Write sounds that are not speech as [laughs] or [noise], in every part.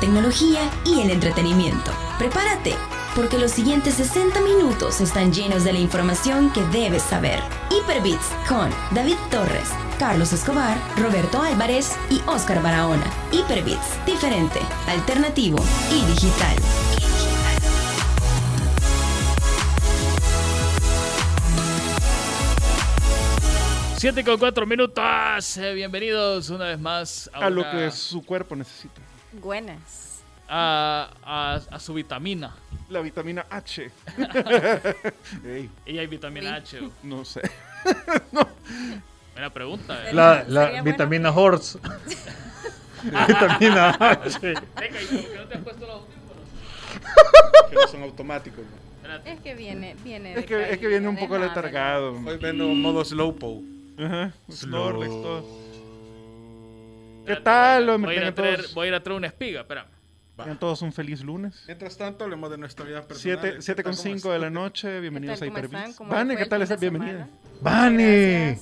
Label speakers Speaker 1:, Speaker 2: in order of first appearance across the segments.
Speaker 1: tecnología y el entretenimiento. Prepárate, porque los siguientes 60 minutos están llenos de la información que debes saber. Hiperbits con David Torres, Carlos Escobar, Roberto Álvarez y Oscar Barahona. Hiperbits, diferente, alternativo y digital.
Speaker 2: Siete con cuatro minutos. Eh, bienvenidos una vez más
Speaker 3: A lo
Speaker 2: una-
Speaker 3: que su cuerpo necesita.
Speaker 4: Buenas.
Speaker 2: a, a- a su vitamina.
Speaker 3: La vitamina
Speaker 5: [laughs]
Speaker 3: H. Ey,
Speaker 2: Y hay vitamina H. oh.
Speaker 3: no sé.
Speaker 2: Buena pregunta. eh.
Speaker 4: [laughs]
Speaker 6: La,
Speaker 4: Sería
Speaker 6: la
Speaker 4: bueno.
Speaker 6: vitamina Horse.
Speaker 4: [laughs]
Speaker 6: vitamina H.
Speaker 2: Venga, ¿y por qué no te has puesto los audífonos?
Speaker 5: que no son automáticos. ¿no?
Speaker 2: Espérate.
Speaker 4: Es que viene, viene.
Speaker 3: Es que, es que viene un poco letargado.
Speaker 5: Hoy vendo modo slowpoke.
Speaker 3: Ajá. Snorlax, todo. ¿Qué
Speaker 2: Espérate,
Speaker 3: tal,
Speaker 2: voy a-
Speaker 3: hombre?
Speaker 2: Voy a ir a
Speaker 3: Tengan
Speaker 2: traer,
Speaker 3: todos-
Speaker 2: voy a ir a traer una espiga, espera.
Speaker 3: Tengan todos un feliz lunes.
Speaker 5: Mientras tanto, hablemos de nuestra vida personal.
Speaker 3: 7,
Speaker 5: ¿Qué tal,
Speaker 3: con
Speaker 5: cómo
Speaker 3: 5 de la
Speaker 5: [laughs]
Speaker 3: noche, bienvenidos a Hyperbits. Vane, ¿qué tal estás?
Speaker 4: estás?
Speaker 3: Bienvenida.
Speaker 6: ¡Vane!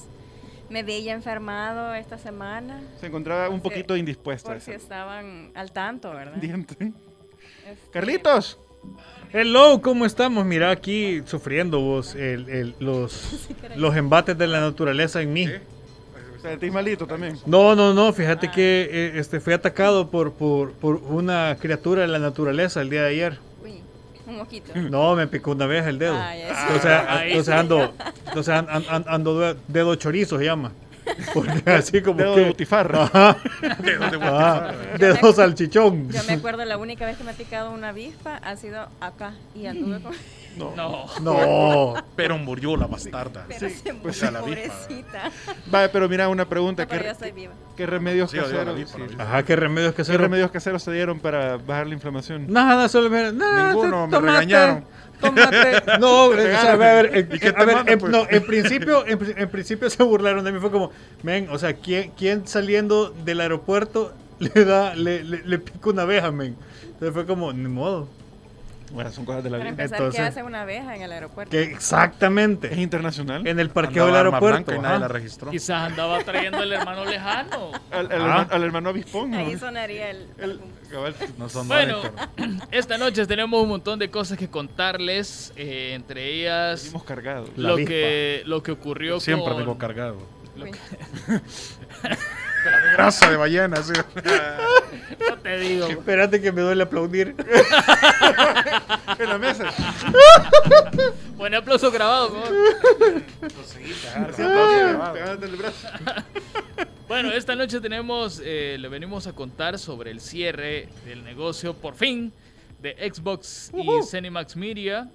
Speaker 4: Me veía enfermado esta semana.
Speaker 3: Se encontraba un
Speaker 4: Por si-
Speaker 3: poquito indispuesta.
Speaker 4: Por si
Speaker 3: esa-
Speaker 4: estaban al tanto, ¿verdad?
Speaker 3: Diente.
Speaker 4: Este,
Speaker 3: Carlitos,
Speaker 6: Hello, ¿cómo estamos? Mira aquí sufriendo vos el- el-
Speaker 4: [laughs]
Speaker 6: los, los embates de la naturaleza en mí.
Speaker 5: ¿Sí?
Speaker 3: te sentís malito también.
Speaker 6: No, no, no,
Speaker 4: Ah.
Speaker 6: fíjate que eh, este, fui atacado por, por, por una criatura de la naturaleza el día de ayer.
Speaker 4: Uy, un mosquito.
Speaker 6: No, me picó una vez el dedo.
Speaker 4: Ah, ya sé.
Speaker 6: O sea,
Speaker 2: Ah,
Speaker 6: a- o sea, ando, o sea, an- an- ando due- dedo chorizo
Speaker 4: [laughs]
Speaker 6: se llama. Porque así como
Speaker 3: Dedo
Speaker 6: que-
Speaker 3: de
Speaker 6: [laughs]
Speaker 5: Ah.
Speaker 3: butifarra.
Speaker 6: Ajá,
Speaker 5: Dedos de
Speaker 6: ajá,
Speaker 5: Guatemala.
Speaker 6: dedo salchichón.
Speaker 4: Yo me acuerdo la única vez que me ha picado una avispa ha sido acá y anduve [laughs] con.
Speaker 2: No.
Speaker 6: No.
Speaker 5: Pero murió la bastarda.
Speaker 4: Pero se murió,
Speaker 3: pues
Speaker 5: sí, la avispa, ¿verdad?
Speaker 4: pobrecita.
Speaker 3: Vale, pero mira una pregunta.
Speaker 4: No, pero yo
Speaker 3: ¿Qué,
Speaker 4: estoy viva.
Speaker 3: qué remedios
Speaker 5: Sí, odio la
Speaker 3: caseros?
Speaker 5: avispa,
Speaker 3: sí.
Speaker 5: la avispa.
Speaker 6: Ajá, qué remedios que
Speaker 3: ¿Qué
Speaker 6: se
Speaker 3: remedios caseros te dieron para bajar la inflamación?
Speaker 6: Nada, solo me. Nada,
Speaker 5: Ninguno,
Speaker 6: te-
Speaker 5: me regañaron. [laughs]
Speaker 6: Tómate. No, o sea, a ver, en,
Speaker 5: ¿Y qué te
Speaker 6: a ver,
Speaker 5: mando,
Speaker 6: en-
Speaker 5: pues?
Speaker 6: no, en principio, en, pri- en principio se burlaron de mí. Fue como, men, o sea, ¿quién, quién saliendo del aeropuerto le da, le, le, le pica una abeja, men? Entonces fue como, ni modo.
Speaker 3: Bueno, son cosas de la
Speaker 4: Para
Speaker 3: vida.
Speaker 4: empezar,
Speaker 6: Entonces-
Speaker 4: ¿qué hace una abeja en el aeropuerto?
Speaker 6: Que
Speaker 3: ¿Es
Speaker 6: exactamente.
Speaker 3: internacional?
Speaker 6: En el parqueo del
Speaker 5: Andaba arma
Speaker 6: aeropuerto.
Speaker 5: blanca Y nadie
Speaker 6: ajá.
Speaker 5: la registró.
Speaker 2: Quizás andaba trayendo el hermano lejano.
Speaker 3: Al, al
Speaker 6: Ah.
Speaker 3: hermano, al hermano avispón. ¿no?
Speaker 4: Ahí sonaría el.
Speaker 3: El- cabal,
Speaker 5: No son
Speaker 2: Bueno,
Speaker 5: manes, pero-
Speaker 2: esta noche tenemos un montón de cosas que contarles. eh, entre ellas,
Speaker 3: seguimos cargados.
Speaker 6: La
Speaker 2: lo
Speaker 6: avispa.
Speaker 2: que, lo que ocurrió
Speaker 5: Siempre
Speaker 2: con...
Speaker 5: vengo cargado.
Speaker 4: Uy,
Speaker 5: Grasa de ballena, sí.
Speaker 2: No te digo.
Speaker 6: Espérate que me duele aplaudir.
Speaker 3: En la mesa.
Speaker 2: Buen aplauso grabado, por favor.
Speaker 3: Pegándote el brazo.
Speaker 2: Bueno, esta noche tenemos, eh, le venimos a contar sobre el cierre del negocio, por fin, de Xbox y Cinemax Media.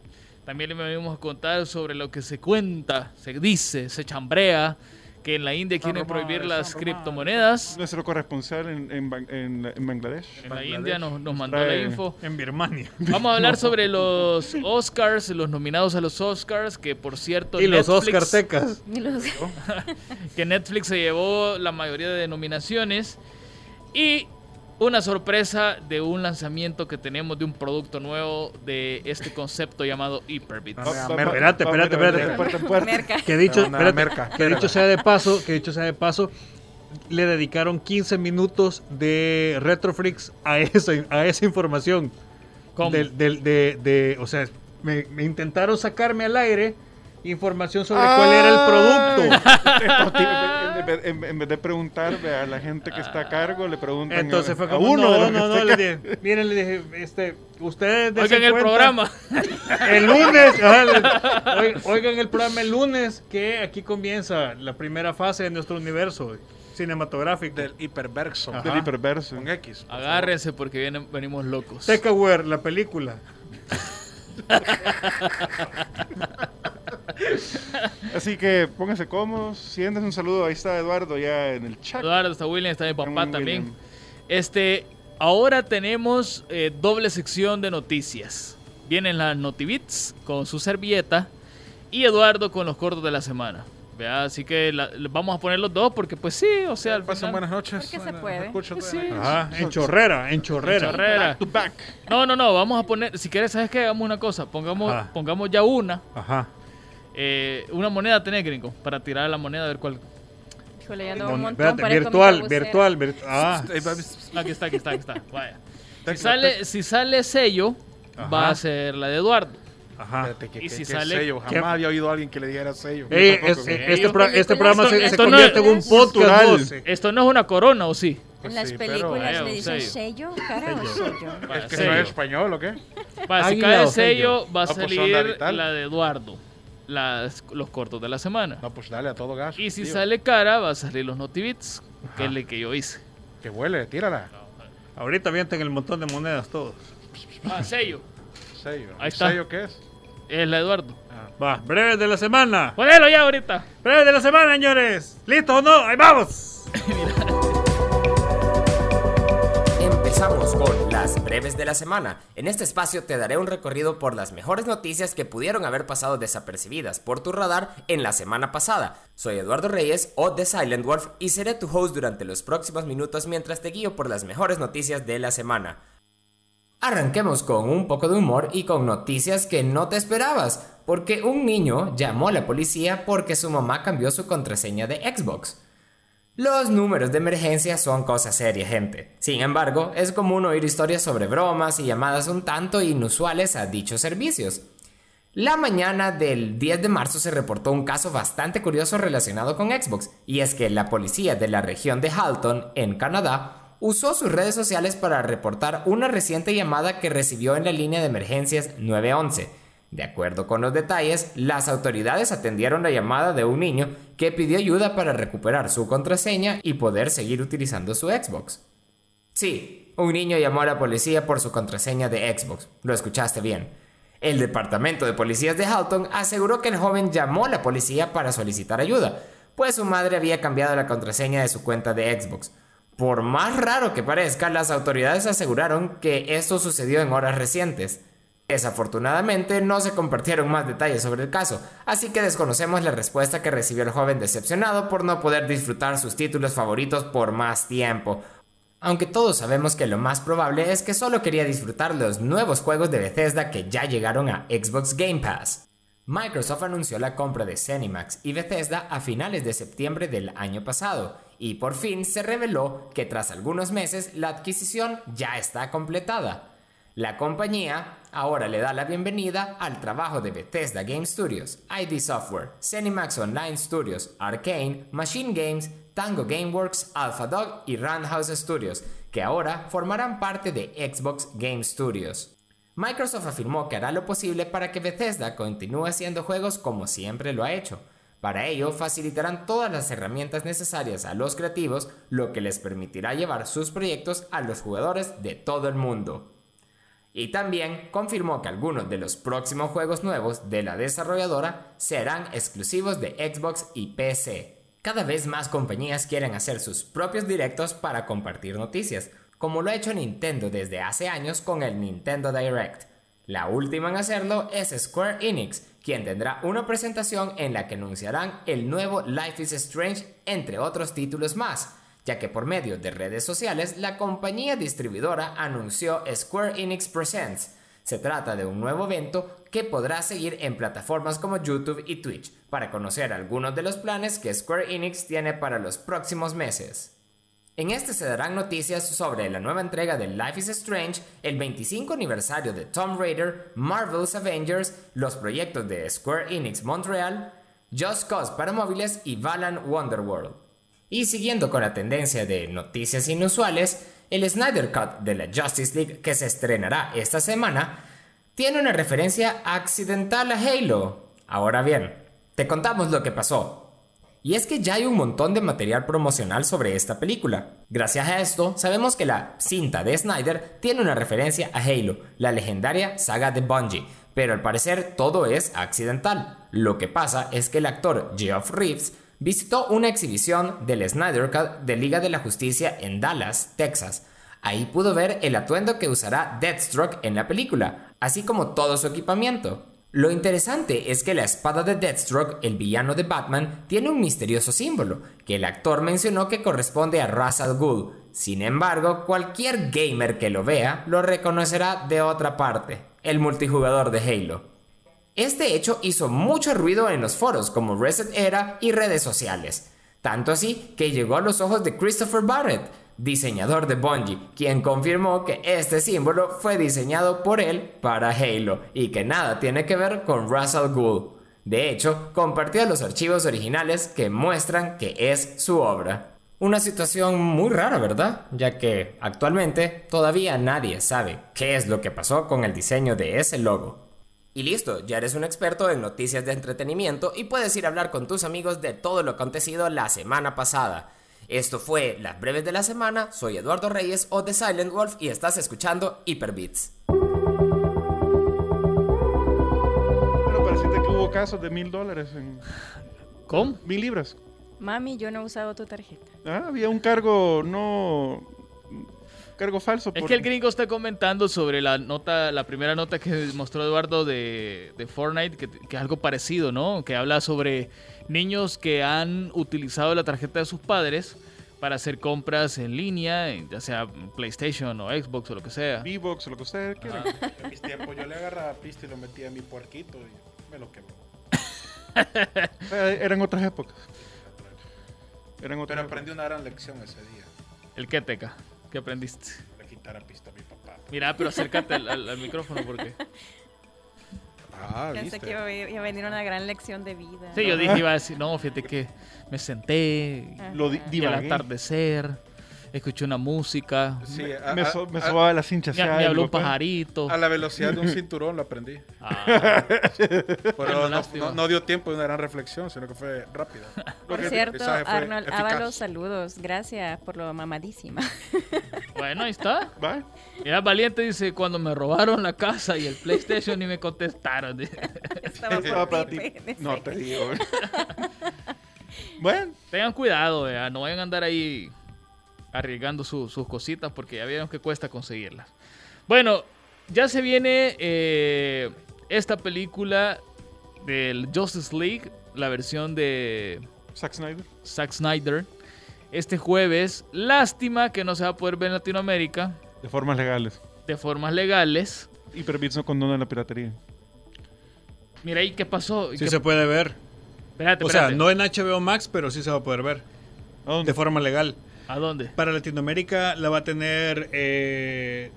Speaker 2: También le venimos a contar sobre lo que se cuenta, se dice, se chambrea, que en la India quieren prohibir las criptomonedas.
Speaker 3: Nuestro corresponsal en, en, Ban- en- en Bangladesh.
Speaker 2: En la India nos, nos mandó la
Speaker 3: trae-
Speaker 2: info.
Speaker 6: En Birmania.
Speaker 2: Vamos a hablar sobre los Oscars, los nominados a los Oscars, que por cierto
Speaker 6: Y los
Speaker 2: Netflix-
Speaker 6: Oscartecas.
Speaker 4: ni los-
Speaker 2: que Netflix se llevó la mayoría de nominaciones y una sorpresa de un lanzamiento que tenemos de un producto nuevo de este concepto llamado Hyperbits.
Speaker 5: Ah,
Speaker 3: Va-
Speaker 5: mira,
Speaker 3: va-
Speaker 5: merca.
Speaker 6: Espérate,
Speaker 3: va-
Speaker 6: espérate,
Speaker 3: va- va-
Speaker 6: espérate.
Speaker 3: de puerta en puerta. [laughs]
Speaker 4: Merca.
Speaker 6: Que dicho,
Speaker 5: Te van a dar
Speaker 6: espérate,
Speaker 5: merca,
Speaker 6: que
Speaker 5: espérala.
Speaker 6: dicho sea de paso, que dicho sea de paso, le dedicaron 15 minutos de Retrofreaks a esa, a esa información.
Speaker 2: ¿Cómo?
Speaker 6: Del- del- de, de- o sea, me, me intentaron sacarme al aire información sobre cuál era el producto.
Speaker 3: Estos tipos, [laughs] en, vez- en- en vez de preguntarle a la gente que está a cargo, le preguntan
Speaker 6: Entonces
Speaker 3: a,
Speaker 6: fue
Speaker 3: a
Speaker 6: como,
Speaker 3: uno de
Speaker 6: no,
Speaker 3: los
Speaker 6: no,
Speaker 3: que
Speaker 6: no,
Speaker 3: está
Speaker 6: le
Speaker 3: acá.
Speaker 6: dije, miren, le dije, este, ustedes dense
Speaker 2: Oigan el
Speaker 6: cuenta,
Speaker 2: programa.
Speaker 6: [laughs] El lunes, ajá, le- oi- oigan el programa el lunes, que aquí comienza la primera fase de nuestro universo cinematográfico.
Speaker 5: Del hiperverso.
Speaker 6: Ajá.
Speaker 3: del hiperverso.
Speaker 5: Con X. por
Speaker 2: Agárrense porque vienen, venimos locos.
Speaker 6: Takeaware, la película.
Speaker 3: Así que pónganse cómodos, siéntense un saludo. Ahí está Eduardo ya en el chat.
Speaker 2: Eduardo, está William, está mi papá
Speaker 3: William.
Speaker 2: también. Este, ahora tenemos eh, doble sección de noticias. Vienen las Notibits con su servilleta y Eduardo con los cortos de la semana. ¿Vea? Así que la- le vamos a poner los dos porque pues sí, o sea, al
Speaker 5: favor. Pasen
Speaker 2: final-
Speaker 5: buenas noches.
Speaker 4: Porque se
Speaker 5: Bueno,
Speaker 4: puede.
Speaker 5: escucho
Speaker 2: Pues
Speaker 5: todavía.
Speaker 2: sí.
Speaker 6: Ajá, en chorrera, en chorrera.
Speaker 2: Chorrera.
Speaker 3: To back.
Speaker 2: No, no, no, vamos a poner, si quieres, ¿sabes qué? Hagamos una cosa, pongamos,
Speaker 6: Ajá.
Speaker 2: pongamos ya una,
Speaker 6: Ajá.
Speaker 2: eh, una moneda tenés, gringo, para tirar la moneda a ver cuál.
Speaker 4: Híjole, ya ando un
Speaker 6: No,
Speaker 4: montón.
Speaker 6: espérate,
Speaker 4: parezco
Speaker 6: virtual,
Speaker 4: microbusera.
Speaker 6: virtual, virtual. Ah,
Speaker 5: Ahí Este, va, pss,
Speaker 3: [laughs]
Speaker 5: pss,
Speaker 2: Aquí está, aquí está, aquí está, vaya. Si sale, si sale sello, va a ser la de Eduardo.
Speaker 6: Ajá.
Speaker 5: Espérate, que,
Speaker 2: Ah. ¿Y
Speaker 5: que-
Speaker 2: si
Speaker 5: que
Speaker 2: sale?
Speaker 5: sello. Jamás
Speaker 6: ¿Qué?
Speaker 5: había oído a alguien que le dijera sello.
Speaker 6: Ey,
Speaker 5: Yo
Speaker 6: es-
Speaker 5: tampoco.
Speaker 6: es- este, pro- este programa se, se
Speaker 2: Esto no es-
Speaker 6: convierte en un podcast.
Speaker 3: cultural.
Speaker 6: doce.
Speaker 2: Esto no es una corona, ¿o sí?
Speaker 4: En las
Speaker 5: Sí, pero- eh,
Speaker 4: películas
Speaker 2: Vaya,
Speaker 4: le
Speaker 2: un
Speaker 4: dicen
Speaker 2: sello.
Speaker 4: sello, cara o
Speaker 6: Sello.
Speaker 4: sello.
Speaker 2: Para
Speaker 5: ¿Es que
Speaker 2: sello.
Speaker 5: no es español o qué?
Speaker 2: Para, si
Speaker 6: Águila
Speaker 2: cae
Speaker 6: o sello.
Speaker 2: sello, va a
Speaker 5: Ah, pues,
Speaker 2: salir
Speaker 5: onda vital.
Speaker 2: la de Eduardo. Las, los cortos de la semana.
Speaker 5: No, pues dale a todo gas.
Speaker 2: Y si
Speaker 5: tío.
Speaker 2: sale cara, va a salir los notibits, que es el que yo hice.
Speaker 5: Que huele, tírala.
Speaker 6: Ahorita avientan el montón de monedas todos.
Speaker 2: Ah, sello.
Speaker 5: Sello.
Speaker 2: Ahí está.
Speaker 5: ¿Sello qué es?
Speaker 2: Es la de Eduardo.
Speaker 6: Va, breves de la semana.
Speaker 2: Ponelo ya ahorita.
Speaker 6: Breves de la semana, señores. ¿Listo o no? Ahí vamos.
Speaker 7: Empezamos con las breves de la semana. En este espacio te daré un recorrido por las mejores noticias que pudieron haber pasado desapercibidas por tu radar en la semana pasada. Soy Eduardo Reyes o The Silent Wolf y seré tu host durante los próximos minutos mientras te guío por las mejores noticias de la semana. Arranquemos con un poco de humor y con noticias que no te esperabas, porque un niño llamó a la policía porque su mamá cambió su contraseña de Xbox. Los números de emergencia son cosas serias, gente. Sin embargo, es común oír historias sobre bromas y llamadas un tanto inusuales a dichos servicios. La mañana del 10 de marzo se reportó un caso bastante curioso relacionado con Xbox, y es que la policía de la región de Halton, en Canadá, usó sus redes sociales para reportar una reciente llamada que recibió en la línea de emergencias 911. De acuerdo con los detalles, las autoridades atendieron la llamada de un niño que pidió ayuda para recuperar su contraseña y poder seguir utilizando su Xbox. Sí, un niño llamó a la policía por su contraseña de Xbox. Lo escuchaste bien. El departamento de policías de Halton aseguró que el joven llamó a la policía para solicitar ayuda, pues su madre había cambiado la contraseña de su cuenta de Xbox. Por más raro que parezca, las autoridades aseguraron que esto sucedió en horas recientes. Desafortunadamente, no se compartieron más detalles sobre el caso, así que desconocemos la respuesta que recibió el joven decepcionado por no poder disfrutar sus títulos favoritos por más tiempo. Aunque todos sabemos que lo más probable es que solo quería disfrutar los nuevos juegos de Bethesda que ya llegaron a Xbox Game Pass. Microsoft anunció la compra de Zenimax y Bethesda a finales de septiembre del año pasado, y por fin se reveló que tras algunos meses la adquisición ya está completada. La compañía ahora le da la bienvenida al trabajo de Bethesda Game Studios, ID Software, Cinemax Online Studios, Arcane, Machine Games, Tango Gameworks, AlphaDog y Roundhouse Studios, que ahora formarán parte de Xbox Game Studios. Microsoft afirmó que hará lo posible para que Bethesda continúe haciendo juegos como siempre lo ha hecho. Para ello, facilitarán todas las herramientas necesarias a los creativos, lo que les permitirá llevar sus proyectos a los jugadores de todo el mundo. Y también confirmó que algunos de los próximos juegos nuevos de la desarrolladora serán exclusivos de Xbox y PC. Cada vez más compañías quieren hacer sus propios directos para compartir noticias, como lo ha hecho Nintendo desde hace años con el Nintendo Direct. La última en hacerlo es Square Enix, quien tendrá una presentación en la que anunciarán el nuevo Life is Strange, entre otros títulos más, ya que por medio de redes sociales la compañía distribuidora anunció Square Enix Presents. Se trata de un nuevo evento que podrá seguir en plataformas como YouTube y Twitch para conocer algunos de los planes que Square Enix tiene para los próximos meses. En este se darán noticias sobre la nueva entrega de Life is Strange, el 25 aniversario de Tomb Raider, Marvel's Avengers, los proyectos de Square Enix Montreal, Just Cause para móviles y Valan Wonderworld. Y siguiendo con la tendencia de noticias inusuales, el Snyder Cut de la Justice League que se estrenará esta semana tiene una referencia accidental a Halo. Ahora bien, te contamos lo que pasó. Y es que ya hay un montón de material promocional sobre esta película. Gracias a esto, sabemos que la cinta de Snyder tiene una referencia a Halo, la legendaria saga de Bungie, pero al parecer todo es accidental. Lo que pasa es que el actor Geoff Reeves visitó una exhibición del Snyder Cut de Liga de la Justicia en Dallas, Texas. Ahí pudo ver el atuendo que usará Deathstroke en la película, así como todo su equipamiento. Lo interesante es que la espada de Deathstroke, el villano de Batman, tiene un misterioso símbolo, que el actor mencionó que corresponde a Ra's al Ghul. Sin embargo, cualquier gamer que lo vea lo reconocerá de otra parte, el multijugador de Halo. Este hecho hizo mucho ruido en los foros como Reset Era y redes sociales, tanto así que llegó a los ojos de Christopher Barrett, diseñador de Bungie, quien confirmó que este símbolo fue diseñado por él para Halo y que nada tiene que ver con Ra's al Ghul. De hecho, compartió los archivos originales que muestran que es su obra. Una situación muy rara, ¿verdad? Ya que actualmente todavía nadie sabe qué es lo que pasó con el diseño de ese logo. Y listo, ya eres un experto en noticias de entretenimiento y puedes ir a hablar con tus amigos de todo lo acontecido la semana pasada. Esto fue Las Breves de la Semana, soy Eduardo Reyes o The Silent Wolf y estás escuchando Hyperbeats.
Speaker 3: Pero parecía que hubo casos de mil dólares en
Speaker 2: ¿Cómo?
Speaker 3: mil libras.
Speaker 4: Mami, yo no he usado tu tarjeta.
Speaker 3: Ah, había un cargo no. Cargo falso.
Speaker 2: Es
Speaker 3: por-
Speaker 2: que el gringo está comentando sobre la nota, la primera nota que mostró Eduardo de, de Fortnite, que, que es algo parecido, ¿no? Que habla sobre niños que han utilizado la tarjeta de sus padres para hacer compras en línea, en- ya sea PlayStation o Xbox o lo que sea.
Speaker 3: V-Box o lo que ustedes quieran.
Speaker 5: En mis tiempos yo le agarraba pista y lo metía en mi puerquito y me lo quemó.
Speaker 3: O sea, Ah, eran otras épocas. Eran
Speaker 5: Pero
Speaker 3: otras
Speaker 5: aprendí una gran lección ese día.
Speaker 2: El que teca, ¿qué aprendiste?
Speaker 5: Le quitara pista a mi papá.
Speaker 2: Mira, pero acércate al, al- al micrófono porque...
Speaker 5: Ah,
Speaker 4: Pensé que iba a iba a venir una gran lección de vida.
Speaker 2: Sí, yo dije, iba a decir, no, fíjate que me senté,
Speaker 4: Ajá.
Speaker 3: Lo di-
Speaker 2: vi el
Speaker 3: divagué.
Speaker 2: atardecer, escuché una música,
Speaker 5: Sí, a,
Speaker 3: Me,
Speaker 5: a-
Speaker 3: so- me
Speaker 5: a-
Speaker 3: sobaba las hinchas.
Speaker 2: me, me habló un pajarito.
Speaker 5: a la velocidad de un cinturón lo aprendí.
Speaker 2: Ah.
Speaker 5: Pero no,
Speaker 2: lástima.
Speaker 5: no- no dio tiempo de una gran reflexión, sino que fue rápida.
Speaker 4: Por
Speaker 5: Porque el
Speaker 4: cierto,
Speaker 5: mensaje fue
Speaker 4: Arnold
Speaker 5: eficaz.
Speaker 4: Ábalos, saludos. Gracias por lo mamadísima.
Speaker 2: Bueno, ahí está.
Speaker 3: ¿Va?
Speaker 2: Mira, Valiente dice, cuando me robaron la casa y el PlayStation y me contestaron. dice.
Speaker 4: Estaba
Speaker 5: Este,
Speaker 3: Estaba este para
Speaker 4: por
Speaker 5: [laughs]
Speaker 4: ti,
Speaker 3: ti.
Speaker 4: PNC.
Speaker 3: No te digo. [laughs] bueno,
Speaker 2: Tengan cuidado, vea, no vayan a andar ahí arriesgando su- sus cositas porque ya vieron que cuesta conseguirlas. Bueno, ya se viene eh, esta película del Justice League, la versión de
Speaker 3: Zack Snyder.
Speaker 2: Zack Snyder, este jueves. Lástima que no se va a poder ver en Latinoamérica
Speaker 3: De formas legales.
Speaker 2: de formas legales.
Speaker 3: Hyperbits no condona la piratería.
Speaker 2: Mira ahí qué pasó.
Speaker 6: Sí
Speaker 2: ¿Qué-
Speaker 6: se puede ver.
Speaker 2: Espérate,
Speaker 6: O sea,
Speaker 2: espérate.
Speaker 6: no en HBO Max, pero sí se va a poder ver.
Speaker 3: ¿A dónde?
Speaker 6: De forma legal.
Speaker 2: ¿A dónde?
Speaker 6: Para Latinoamérica la va a tener eh,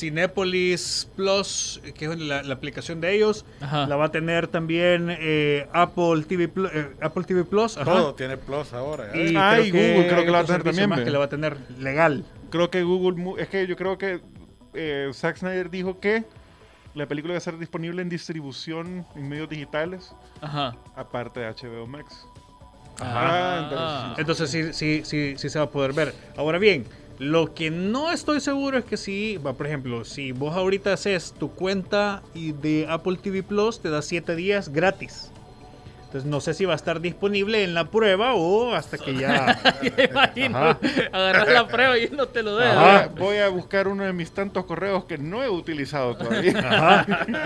Speaker 6: Cinepolis Plus, que es la, la aplicación de ellos.
Speaker 2: Ajá.
Speaker 6: La va a tener también eh, Apple TV Plus. eh, Apple TV Plus ajá.
Speaker 5: Todo tiene plus ahora. ¿eh? ya.
Speaker 6: Y
Speaker 3: Ah,
Speaker 6: creo
Speaker 3: y
Speaker 6: que
Speaker 3: Google creo que la va a
Speaker 6: otro
Speaker 3: tener
Speaker 6: servicio
Speaker 3: también,
Speaker 6: más
Speaker 3: ve.
Speaker 6: que la va a tener legal.
Speaker 3: Creo que Google. mu- Es que yo creo que eh, Zack Snyder dijo que la película va a ser disponible en distribución en medios digitales,
Speaker 2: Ajá.
Speaker 3: aparte de HBO Max.
Speaker 2: Ah.
Speaker 3: entonces-
Speaker 6: Entonces sí, sí, sí, sí se va a poder ver. Ahora bien, lo que no estoy seguro es que si, va, por ejemplo, si vos ahorita haces tu cuenta y de Apple TV Plus, te da 7 días gratis. Entonces no sé si va a estar disponible en la prueba o hasta que ya...
Speaker 2: Te [laughs] imagino,
Speaker 6: Ajá.
Speaker 2: agarras la prueba y no te lo
Speaker 6: Ah.
Speaker 3: Voy
Speaker 2: deja.
Speaker 3: a- Voy a buscar uno de mis tantos correos que no he utilizado
Speaker 6: [laughs]
Speaker 3: todavía.
Speaker 6: Ajá.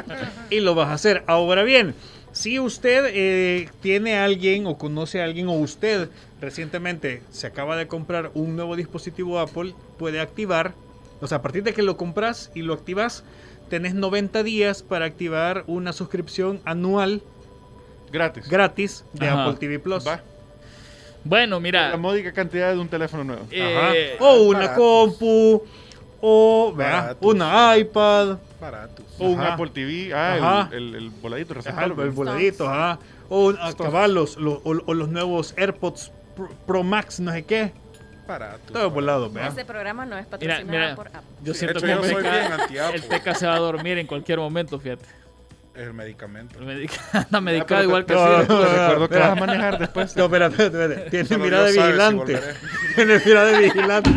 Speaker 6: y lo vas a hacer. Ahora bien, si usted eh, tiene a alguien o conoce a alguien o usted recientemente se acaba de comprar un nuevo dispositivo Apple, puede activar, o sea, a partir de que lo compras y lo activas, tenés 90 días para activar una suscripción anual Ah.
Speaker 3: Gratis.
Speaker 6: gratis de
Speaker 2: Ajá.
Speaker 6: Apple TV Plus.
Speaker 3: Va.
Speaker 2: Bueno,
Speaker 3: La
Speaker 2: mira.
Speaker 3: módica cantidad de un teléfono nuevo.
Speaker 2: eh,
Speaker 6: O una
Speaker 5: Baratos.
Speaker 6: compu, o vea,
Speaker 5: Baratos.
Speaker 6: una iPad.
Speaker 5: Baratos.
Speaker 3: O un
Speaker 6: Ajá.
Speaker 3: Apple TV.
Speaker 6: Ajá.
Speaker 3: Ah, el, el, el voladito pues.
Speaker 6: Ajá,
Speaker 3: recetado.
Speaker 6: el voladito, ajá. O a cabalos, lo- o, o los nuevos AirPods Pro, Pro Max, no sé qué.
Speaker 5: Baratos.
Speaker 6: Todo volado, vea.
Speaker 4: Este programa no es patrocinado
Speaker 2: mira.
Speaker 4: por Apple.
Speaker 2: yo
Speaker 5: Sí,
Speaker 2: siento
Speaker 5: de
Speaker 2: que
Speaker 5: hecho,
Speaker 2: el
Speaker 5: yo soy bien
Speaker 2: teca,
Speaker 5: anti-Apple.
Speaker 2: el teca se va a dormir en cualquier momento, fíjate.
Speaker 5: El medicamento.
Speaker 2: El medica- [laughs] Anda medicado
Speaker 3: pero te-
Speaker 2: igual que
Speaker 6: no,
Speaker 2: así.
Speaker 6: no, no,
Speaker 3: Recuerdo que
Speaker 6: espera.
Speaker 3: vas a manejar
Speaker 6: [laughs] eh,
Speaker 3: después.
Speaker 6: No, espérate, espérate,
Speaker 5: [laughs]
Speaker 6: espérate. Tiene
Speaker 5: Solo
Speaker 6: mirada de
Speaker 5: Dios sabe si
Speaker 6: vigilante. [laughs] Tiene mirada de vigilante.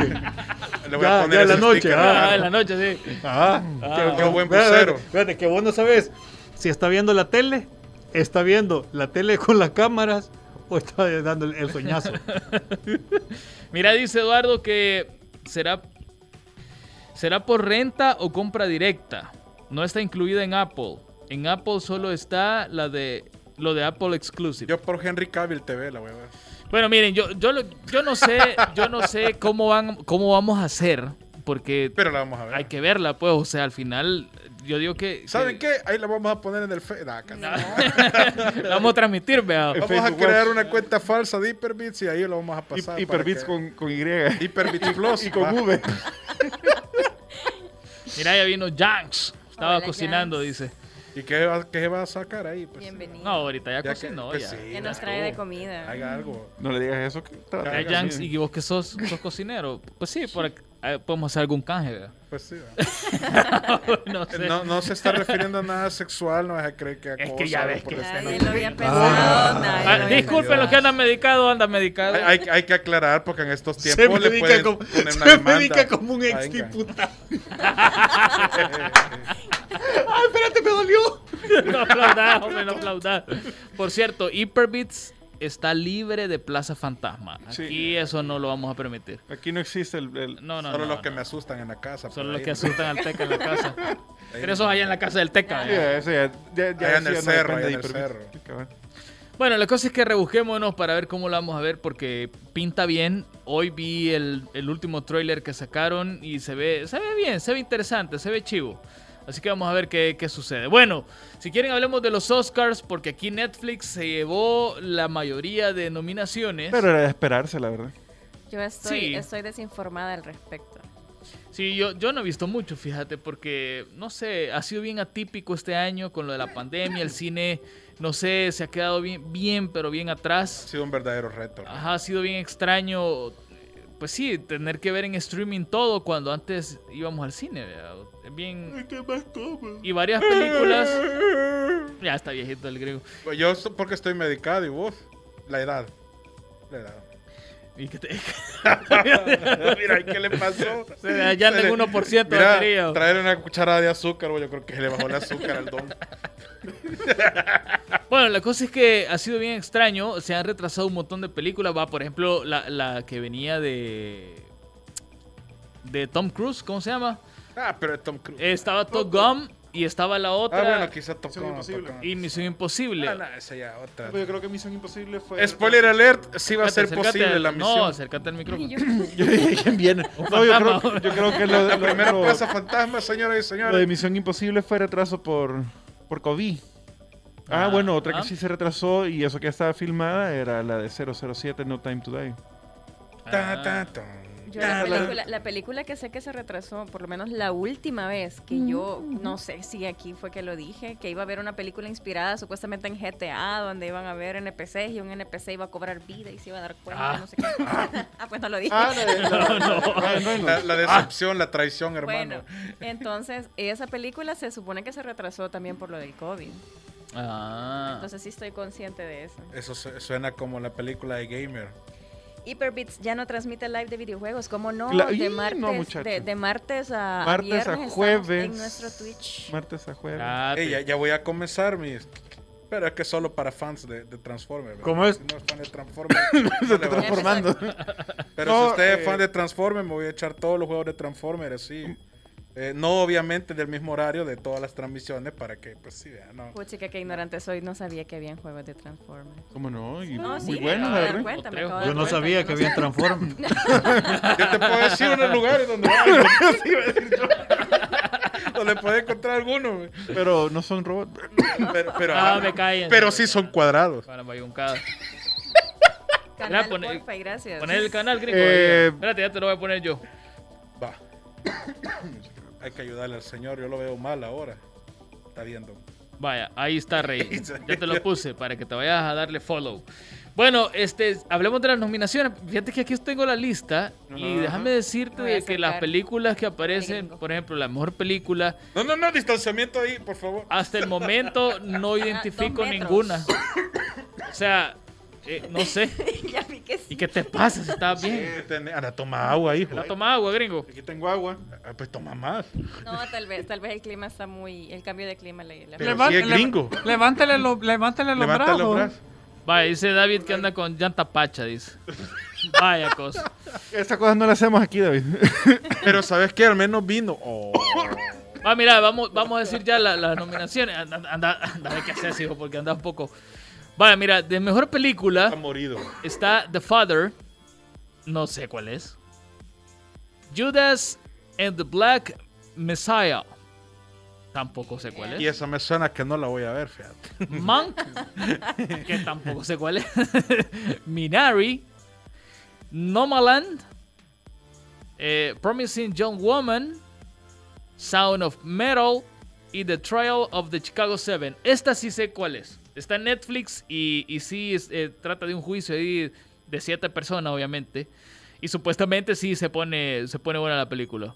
Speaker 5: Le voy a
Speaker 6: Ya,
Speaker 5: poner
Speaker 6: ya en
Speaker 5: ese
Speaker 6: la noche,
Speaker 5: sticker.
Speaker 6: ah.
Speaker 2: Ah, en la noche, sí.
Speaker 6: Ajá.
Speaker 5: Ah, qué buen
Speaker 6: Espérate,
Speaker 5: vocero.
Speaker 6: espérate, espérate, que vos no sabes si está viendo la tele, está viendo la tele con las cámaras o está dando el, el
Speaker 5: [laughs]
Speaker 6: soñazo.
Speaker 2: Mira, dice Eduardo que será, será por renta o compra directa. No está incluida en Apple. En Apple solo está la de lo de Apple Exclusive.
Speaker 5: Yo por Henry Cavill TV la voy a ver.
Speaker 2: Bueno, miren, yo, yo, lo- yo no sé, yo no sé cómo van, cómo vamos a hacer porque
Speaker 5: Pero la vamos a ver.
Speaker 2: hay que verla, pues. O sea, al final, yo digo que.
Speaker 5: ¿Saben
Speaker 2: que
Speaker 5: qué? Ahí la vamos a poner en el fe- nah, acá no.
Speaker 2: La vamos a transmitir, vea.
Speaker 3: En
Speaker 5: Vamos a
Speaker 3: Facebook
Speaker 5: crear
Speaker 3: Watch.
Speaker 5: una cuenta falsa de Hyperbits y ahí lo vamos a
Speaker 3: Hi-
Speaker 5: pasar.
Speaker 3: Hyperbits con, con
Speaker 6: [laughs]
Speaker 3: Y y
Speaker 5: Hyperbits Plus
Speaker 6: Ah.
Speaker 3: con
Speaker 5: va.
Speaker 3: V. [laughs]
Speaker 2: Mira, ya vino Janks. Estaba
Speaker 4: Hola,
Speaker 2: cocinando,
Speaker 4: Janks.
Speaker 2: dice.
Speaker 5: ¿Y qué va, qué va a sacar ahí? Pues,
Speaker 4: Bienvenido.
Speaker 2: No, ahorita ya,
Speaker 5: Ya que-
Speaker 2: cocinó.
Speaker 5: pues
Speaker 2: ya.
Speaker 5: sí,
Speaker 4: ¿Qué
Speaker 5: ya
Speaker 4: nos trae de
Speaker 5: estuvo.
Speaker 4: comida?
Speaker 5: Haga algo.
Speaker 3: No le digas eso. Que te va a
Speaker 2: Eh,
Speaker 5: Haga
Speaker 3: pegar.
Speaker 2: Janks,
Speaker 5: así.
Speaker 2: y vos que sos, sos cocinero, pues sí, por ac- eh, podemos hacer algún canje, vea. [laughs]
Speaker 5: Pues sí. va.
Speaker 2: no sé.
Speaker 5: No, no se está refiriendo a nada sexual, no vas a creer que
Speaker 2: Es que ya
Speaker 5: acoso,
Speaker 2: ves
Speaker 5: por
Speaker 2: que-
Speaker 5: decir,
Speaker 4: Nadie
Speaker 5: este no.
Speaker 4: lo había pensado. nadie lo
Speaker 2: Ah,
Speaker 4: había
Speaker 2: disculpen
Speaker 4: pensado.
Speaker 2: los que andan medicados, andan medicados.
Speaker 5: Hay, hay- hay que aclarar porque en estos
Speaker 6: Se
Speaker 5: tiempos le
Speaker 6: predica
Speaker 5: pueden
Speaker 6: como,
Speaker 5: poner
Speaker 6: se
Speaker 5: una demanda. Ah,
Speaker 6: predica como un ex
Speaker 5: Venga. [laughs]
Speaker 6: diputado. ¡Ay, espérate, me dolió!
Speaker 2: [laughs] No aplaudás, hombre, no aplaudás. Por cierto, Hyperbits está libre de Plaza Fantasma. Aquí
Speaker 3: Sí.
Speaker 2: eso no lo vamos a permitir.
Speaker 3: Aquí no existe el. el-
Speaker 2: No, no,
Speaker 5: Solo
Speaker 2: no,
Speaker 5: los que
Speaker 2: no.
Speaker 5: me asustan en la casa.
Speaker 2: Solo
Speaker 5: por
Speaker 2: los
Speaker 5: ahí,
Speaker 2: que
Speaker 5: ¿no?
Speaker 2: asustan al Teca en la casa. Pero
Speaker 5: no.
Speaker 2: eso es allá en la casa del Teca.
Speaker 3: Sí,
Speaker 2: ¿verdad?
Speaker 3: eso Ah, ya, ya, ya,
Speaker 5: Allá en
Speaker 3: sí,
Speaker 5: el
Speaker 3: ya no depende
Speaker 5: cerro, allá
Speaker 3: de
Speaker 5: en el
Speaker 3: Hyperbits. Cabal.
Speaker 2: Bueno, la cosa es que rebusquémonos para ver cómo la vamos a ver porque pinta bien. Hoy vi el, el último tráiler que sacaron y se ve, se ve bien, se ve interesante, se ve chivo. Así que vamos a ver qué, qué sucede. Bueno, si quieren hablemos de los Oscars porque aquí Netflix se llevó la mayoría de nominaciones.
Speaker 3: Pero era de esperarse, la verdad.
Speaker 4: Yo estoy,
Speaker 2: Sí.
Speaker 4: estoy desinformada al respecto.
Speaker 2: Sí, yo, yo no he visto mucho, fíjate, porque, no sé, ha sido bien atípico este año con lo de la pandemia, el cine, no sé, se ha quedado bien, bien pero bien
Speaker 5: Ha
Speaker 2: atrás.
Speaker 5: sido un verdadero reto. ¿no?
Speaker 2: Ajá, ha sido bien extraño, pues sí, tener que ver en streaming todo cuando antes íbamos al cine, ¿verdad? Es bien... Y varias películas... Ya está viejito el griego.
Speaker 5: Pues Yo so- porque estoy medicado y vos, la edad. La edad.
Speaker 2: Y que te-
Speaker 5: [laughs] Mira, ¿y ¿qué le pasó?
Speaker 2: Se- ya anda en
Speaker 5: le-
Speaker 2: 1%
Speaker 5: Mira,
Speaker 2: batería.
Speaker 5: traerle una cucharada de azúcar, güey, yo creo que le bajó el azúcar al don.
Speaker 2: Bueno, la cosa es que ha sido bien extraño. Se han retrasado un montón de películas. Va, por ejemplo, la, la que venía de. de Tom Cruise, ¿cómo se llama?
Speaker 5: Ah, pero es Tom Cruise.
Speaker 2: Estaba Top Gun y estaba la
Speaker 5: ah,
Speaker 2: Eh, otra.
Speaker 5: bueno, quizá Tom
Speaker 3: Misión
Speaker 5: Cruise.
Speaker 3: Imposible.
Speaker 5: Tom Cruise. Pues
Speaker 2: y Misión Imposible.
Speaker 5: Ah, no, esa ya otra.
Speaker 3: Yo creo que Misión Imposible fue.
Speaker 5: Spoiler alert, sí va a
Speaker 2: Acércate,
Speaker 5: ser
Speaker 2: acércate
Speaker 5: posible
Speaker 2: al-
Speaker 5: la
Speaker 2: No,
Speaker 5: misión.
Speaker 2: acércate al micrófono.
Speaker 3: Yo dije, ¿quién viene? No, yo
Speaker 2: fantasma.
Speaker 3: creo, yo creo que lo,
Speaker 5: la
Speaker 3: lo-
Speaker 5: primera
Speaker 3: lo-
Speaker 5: plaza fantasma, señoras
Speaker 3: lo
Speaker 5: y
Speaker 3: de
Speaker 5: señores.
Speaker 3: Misión Imposible fue retraso por, por COVID. Ah,
Speaker 2: Ah,
Speaker 3: bueno, otra
Speaker 2: ah.
Speaker 3: que sí se retrasó y eso que ya estaba filmada era la de 007 No Time to Die.
Speaker 5: Ta,
Speaker 2: Ah,
Speaker 5: ta, ton.
Speaker 4: Yo la, película, la película que sé que se retrasó, por lo menos la última vez que yo, no sé si aquí fue que lo dije, que iba a haber una película inspirada supuestamente en GTA, donde iban a ver NPCs y un NPC iba a cobrar vida y se iba a dar cuenta,
Speaker 2: Ah.
Speaker 4: no
Speaker 3: [laughs]
Speaker 4: sé qué. ah, pues no lo dije.
Speaker 5: Ah, la, de- la- Ah, la- la
Speaker 2: Ah.
Speaker 5: decepción, la traición, hermano.
Speaker 4: bueno, entonces esa película se supone que se retrasó también por lo del COVID.
Speaker 2: ah.
Speaker 4: Entonces sí estoy consciente de eso.
Speaker 5: Eso su- suena como la película de Gamer.
Speaker 4: Hyperbits ya no transmite live de videojuegos, ¿cómo no?
Speaker 3: Cla- Ih,
Speaker 4: de,
Speaker 3: no,
Speaker 4: martes,
Speaker 3: muchacho.
Speaker 4: de, de martes a, a
Speaker 3: Martes a
Speaker 4: Ah, viernes estamos
Speaker 3: jueves.
Speaker 4: en nuestro Twitch.
Speaker 3: Martes a jueves.
Speaker 2: Ah,
Speaker 5: Ey, ya,
Speaker 2: te-
Speaker 5: ya voy a comenzar mis. Pero es que solo para fans de, de Transformers. ¿verdad?
Speaker 6: ¿Cómo es?
Speaker 5: Si no es fan de [laughs] Transformers. no le va a gustar.
Speaker 3: Transformando.
Speaker 5: Pero
Speaker 3: No,
Speaker 5: si usted
Speaker 3: eh,
Speaker 5: es fan de Transformers, me voy a echar todos los juegos de Transformers, sí. Eh, no, obviamente, del mismo horario de todas las transmisiones para que, pues sí, vea, no.
Speaker 4: Puchica, qué ignorante soy, no sabía que habían juegos de Transformers.
Speaker 3: ¿Cómo no? Y
Speaker 4: No,
Speaker 3: muy
Speaker 4: sí,
Speaker 3: bueno, la
Speaker 4: me acabo de dar
Speaker 3: verdad.
Speaker 4: cuenta, me
Speaker 2: Yo
Speaker 4: acabo de
Speaker 6: Yo
Speaker 4: dar
Speaker 6: no
Speaker 4: cuenta,
Speaker 6: sabía que
Speaker 4: no [laughs] sabía.
Speaker 6: había Transform. [laughs]
Speaker 5: Yo te puedo decir
Speaker 2: [laughs]
Speaker 5: unos lugares [laughs] donde van. [laughs] donde puede encontrar alguno. güey.
Speaker 3: Pero no son robots.
Speaker 5: Pero, pero,
Speaker 2: Ah,
Speaker 5: ajá,
Speaker 2: me caen.
Speaker 5: pero sí son cuadrados.
Speaker 2: Caramba, hay un cada-
Speaker 4: Canal,
Speaker 2: Ya, pone-
Speaker 4: porfa, y gracias.
Speaker 2: Poner el canal, gringo.
Speaker 3: Eh,
Speaker 2: ahí. Espérate, ya te lo voy a poner yo.
Speaker 5: Va. [coughs] Hay que ayudarle al señor, yo lo veo mal ahora. Está viendo.
Speaker 2: Vaya, ahí está Rey. Ya te lo puse para que te vayas a darle follow. Bueno, este, hablemos de las nominaciones. Fíjate que aquí tengo la lista y
Speaker 3: Ajá.
Speaker 2: déjame decirte
Speaker 4: Voy a
Speaker 2: de que las
Speaker 4: sacar
Speaker 2: películas que aparecen,
Speaker 4: gringo.
Speaker 2: por ejemplo, la mejor película,
Speaker 5: No, no, no, distanciamiento ahí, por favor.
Speaker 2: hasta el momento no identifico
Speaker 4: dos metros.
Speaker 2: ninguna. O sea, eh, no sé.
Speaker 4: ya vi que [laughs] sí.
Speaker 2: ¿Y qué te pasa si estás bien?
Speaker 5: Sí, ten- Ana, toma agua, hijo.
Speaker 2: La toma agua, gringo.
Speaker 3: Aquí tengo agua.
Speaker 5: Ah, pues toma más.
Speaker 4: No, tal vez, tal vez el clima está muy, el cambio de clima le, le-
Speaker 5: Pero sí es [laughs] gringo.
Speaker 6: Levántale, lo- levántale los
Speaker 5: Levanta los
Speaker 6: brazos.
Speaker 5: brazos.
Speaker 2: Vaya, dice David que anda con llanta pacha, dice. Vaya cosa.
Speaker 3: Esta cosa no la hacemos aquí, David.
Speaker 5: Pero ¿sabes qué? Al menos vino. [laughs] Oh.
Speaker 2: Ah, mira, vamos, vamos a decir ya la- las nominaciones. Anda, anda, anda, hay que hacer, hijo, porque anda un poco. Vaya, mira, de mejor
Speaker 5: Está
Speaker 2: película
Speaker 5: morido.
Speaker 2: está The Father. No sé cuál es. Judas and the Black Messiah. Tampoco sé cuál
Speaker 5: Y
Speaker 2: es.
Speaker 5: esa me suena que no la voy a ver, fíjate.
Speaker 2: Monk, que tampoco sé cuál es. [laughs] Minari, Nomaland, eh, Promising Young Woman, Sound of Metal y The Trial of the Chicago Seven. Esta sí sé cuál es. Está en Netflix y, y sí es- eh, trata de un juicio ahí de siete personas, obviamente. Y supuestamente sí se pone, se pone buena la película.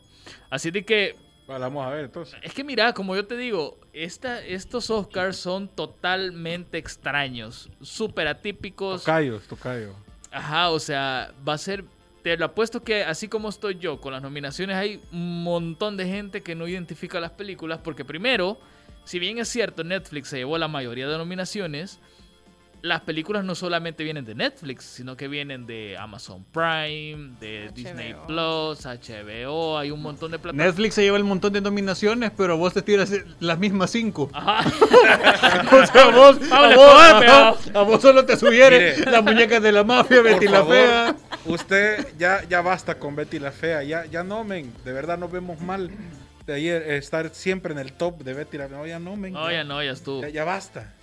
Speaker 2: Así de que
Speaker 5: Bueno, la vamos a ver entonces.
Speaker 2: es que mira, como yo te digo, esta, estos Oscars son totalmente extraños, súper atípicos.
Speaker 5: Tocayos, tocayo.
Speaker 2: Ajá, o sea, va a ser... Te lo apuesto que así como estoy yo con las nominaciones, hay un montón de gente que no identifica las películas porque primero, si bien es cierto, Netflix se llevó la mayoría de nominaciones, las películas no solamente vienen de Netflix, sino que vienen de Amazon Prime, de Disney Plus, HBO, hay un montón de plataformas.
Speaker 6: Netflix se lleva el montón de nominaciones, pero vos te tiras las mismas cinco.
Speaker 2: Ajá.
Speaker 6: [laughs]
Speaker 2: [laughs]
Speaker 6: O sea, vos,
Speaker 2: Ah, Pablo
Speaker 6: a, vos,
Speaker 2: Escobar,
Speaker 6: a vos- a vos solo te sugiere
Speaker 5: Mire.
Speaker 6: la muñeca de la mafia, Betty
Speaker 5: Por
Speaker 6: la
Speaker 5: favor,
Speaker 6: Fea.
Speaker 5: Usted ya, ya basta con Betty la Fea. Ya, ya no, men. De verdad nos vemos mal. De ayer eh, estar siempre en el top de Betty la Fea. No, ya no, men.
Speaker 2: No, ya no, ya estuvo.
Speaker 5: Ya, ya basta.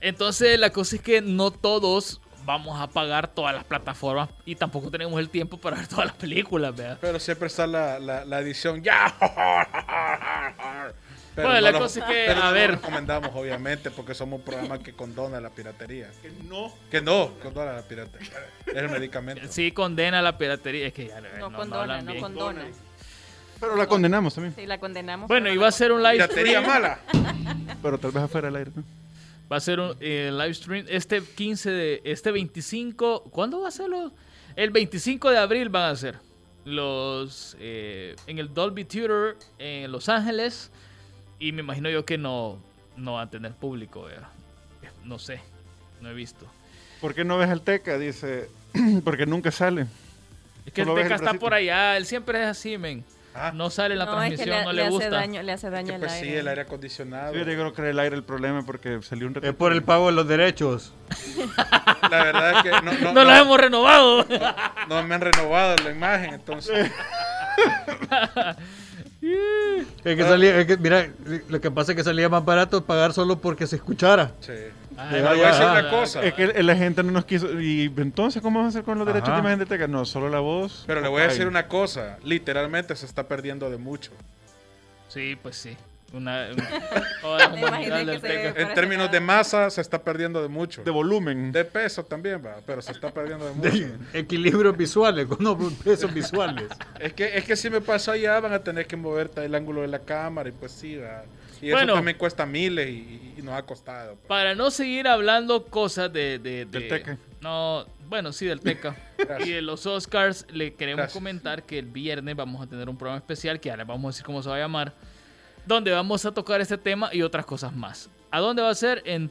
Speaker 2: Entonces, la cosa es que no todos vamos a pagar todas las plataformas y tampoco tenemos el tiempo para ver todas las películas, ¿verdad?
Speaker 5: Pero siempre está la, la, la
Speaker 2: [laughs]
Speaker 5: edición. ¡Ya! Pero
Speaker 2: Bueno, la
Speaker 5: lo-
Speaker 2: cosa es que,
Speaker 5: pero
Speaker 2: a
Speaker 5: no lo
Speaker 2: ver.
Speaker 5: recomendamos, obviamente, porque somos un programa que condona la piratería.
Speaker 6: No.
Speaker 5: Que no, condona la piratería. Es el medicamento.
Speaker 2: Sí condena la piratería, es que ya
Speaker 4: No,
Speaker 2: hablan
Speaker 4: condona, no
Speaker 2: bien.
Speaker 4: condona.
Speaker 3: Pero la condenamos también.
Speaker 4: Sí, la condenamos.
Speaker 2: Bueno,
Speaker 4: pero
Speaker 2: y
Speaker 4: no
Speaker 2: va a ser un live
Speaker 5: Piratería
Speaker 2: stream.
Speaker 5: mala.
Speaker 3: Pero tal vez afuera del aire. ¿no?
Speaker 2: Va a ser un eh, live stream este 15 de este 25, ¿cuándo va a ser los? El 25 de abril van a ser los eh, en el Dolby Theater en Los Ángeles y me imagino yo que no no va a tener público, ¿verdad? no sé, no he visto.
Speaker 3: ¿Por qué no ves al Teca? Dice, [clears throat] porque nunca sale.
Speaker 2: Es que el
Speaker 3: Solo ves
Speaker 2: Teca
Speaker 3: el
Speaker 2: está
Speaker 3: bracito.
Speaker 2: por allá, él siempre es así, men.
Speaker 5: Ah.
Speaker 2: No sale en la
Speaker 4: No, es
Speaker 2: transmisión,
Speaker 4: que le,
Speaker 2: no
Speaker 4: le
Speaker 2: le, gusta.
Speaker 4: hace daño, le hace daño
Speaker 5: Que,
Speaker 4: al
Speaker 5: pues
Speaker 4: aire.
Speaker 5: sí, el aire acondicionado.
Speaker 3: Sí, yo creo que era el aire el problema porque salió un
Speaker 6: Es
Speaker 3: ratito.
Speaker 6: por el pago de los derechos.
Speaker 5: La verdad es que no,
Speaker 2: [laughs]
Speaker 5: no,
Speaker 2: No, lo hemos renovado.
Speaker 5: no me han renovado la imagen, entonces.
Speaker 6: Es que
Speaker 2: Ah.
Speaker 6: salía, es que, mira, lo que pasa es que salía más barato pagar solo porque se escuchara.
Speaker 5: Sí.
Speaker 2: Ah,
Speaker 5: Pero
Speaker 6: ya,
Speaker 5: voy a decir
Speaker 6: ya.
Speaker 5: una cosa.
Speaker 3: Es que la gente no nos quiso. ¿Y entonces cómo vas a hacer con los derechos de
Speaker 6: Ajá.
Speaker 3: imagen de Teca? No, solo la voz.
Speaker 5: Pero le voy a decir
Speaker 3: Ay.
Speaker 5: una cosa. Literalmente se está perdiendo de mucho.
Speaker 2: Sí, pues sí. Una,
Speaker 4: [laughs]
Speaker 2: un- todas las
Speaker 4: Me imaginé
Speaker 2: humanidades
Speaker 4: que
Speaker 2: del
Speaker 4: se
Speaker 2: Teca.
Speaker 4: ve.
Speaker 5: En términos de masa, se está perdiendo de mucho.
Speaker 3: De volumen.
Speaker 5: De peso también, va. Pero se está perdiendo de mucho.
Speaker 2: [laughs]
Speaker 6: De equilibrios visuales, con unos pesos visuales.
Speaker 5: Es que, es que si me paso allá, van a tener que mover el ángulo de la cámara y pues sí, va. Y
Speaker 2: Bueno.
Speaker 5: eso también cuesta miles y, y nos ha costado. pues.
Speaker 2: Para no seguir hablando cosas de, de- de-
Speaker 3: Del Teca.
Speaker 2: No, bueno, sí, del Teca.
Speaker 5: Gracias.
Speaker 2: y de los Oscars, le queremos
Speaker 5: Gracias.
Speaker 2: comentar que el viernes vamos a tener un programa especial, que ahora vamos a decir cómo se va a llamar, donde vamos a tocar este tema y otras cosas más. ¿A dónde va a ser? En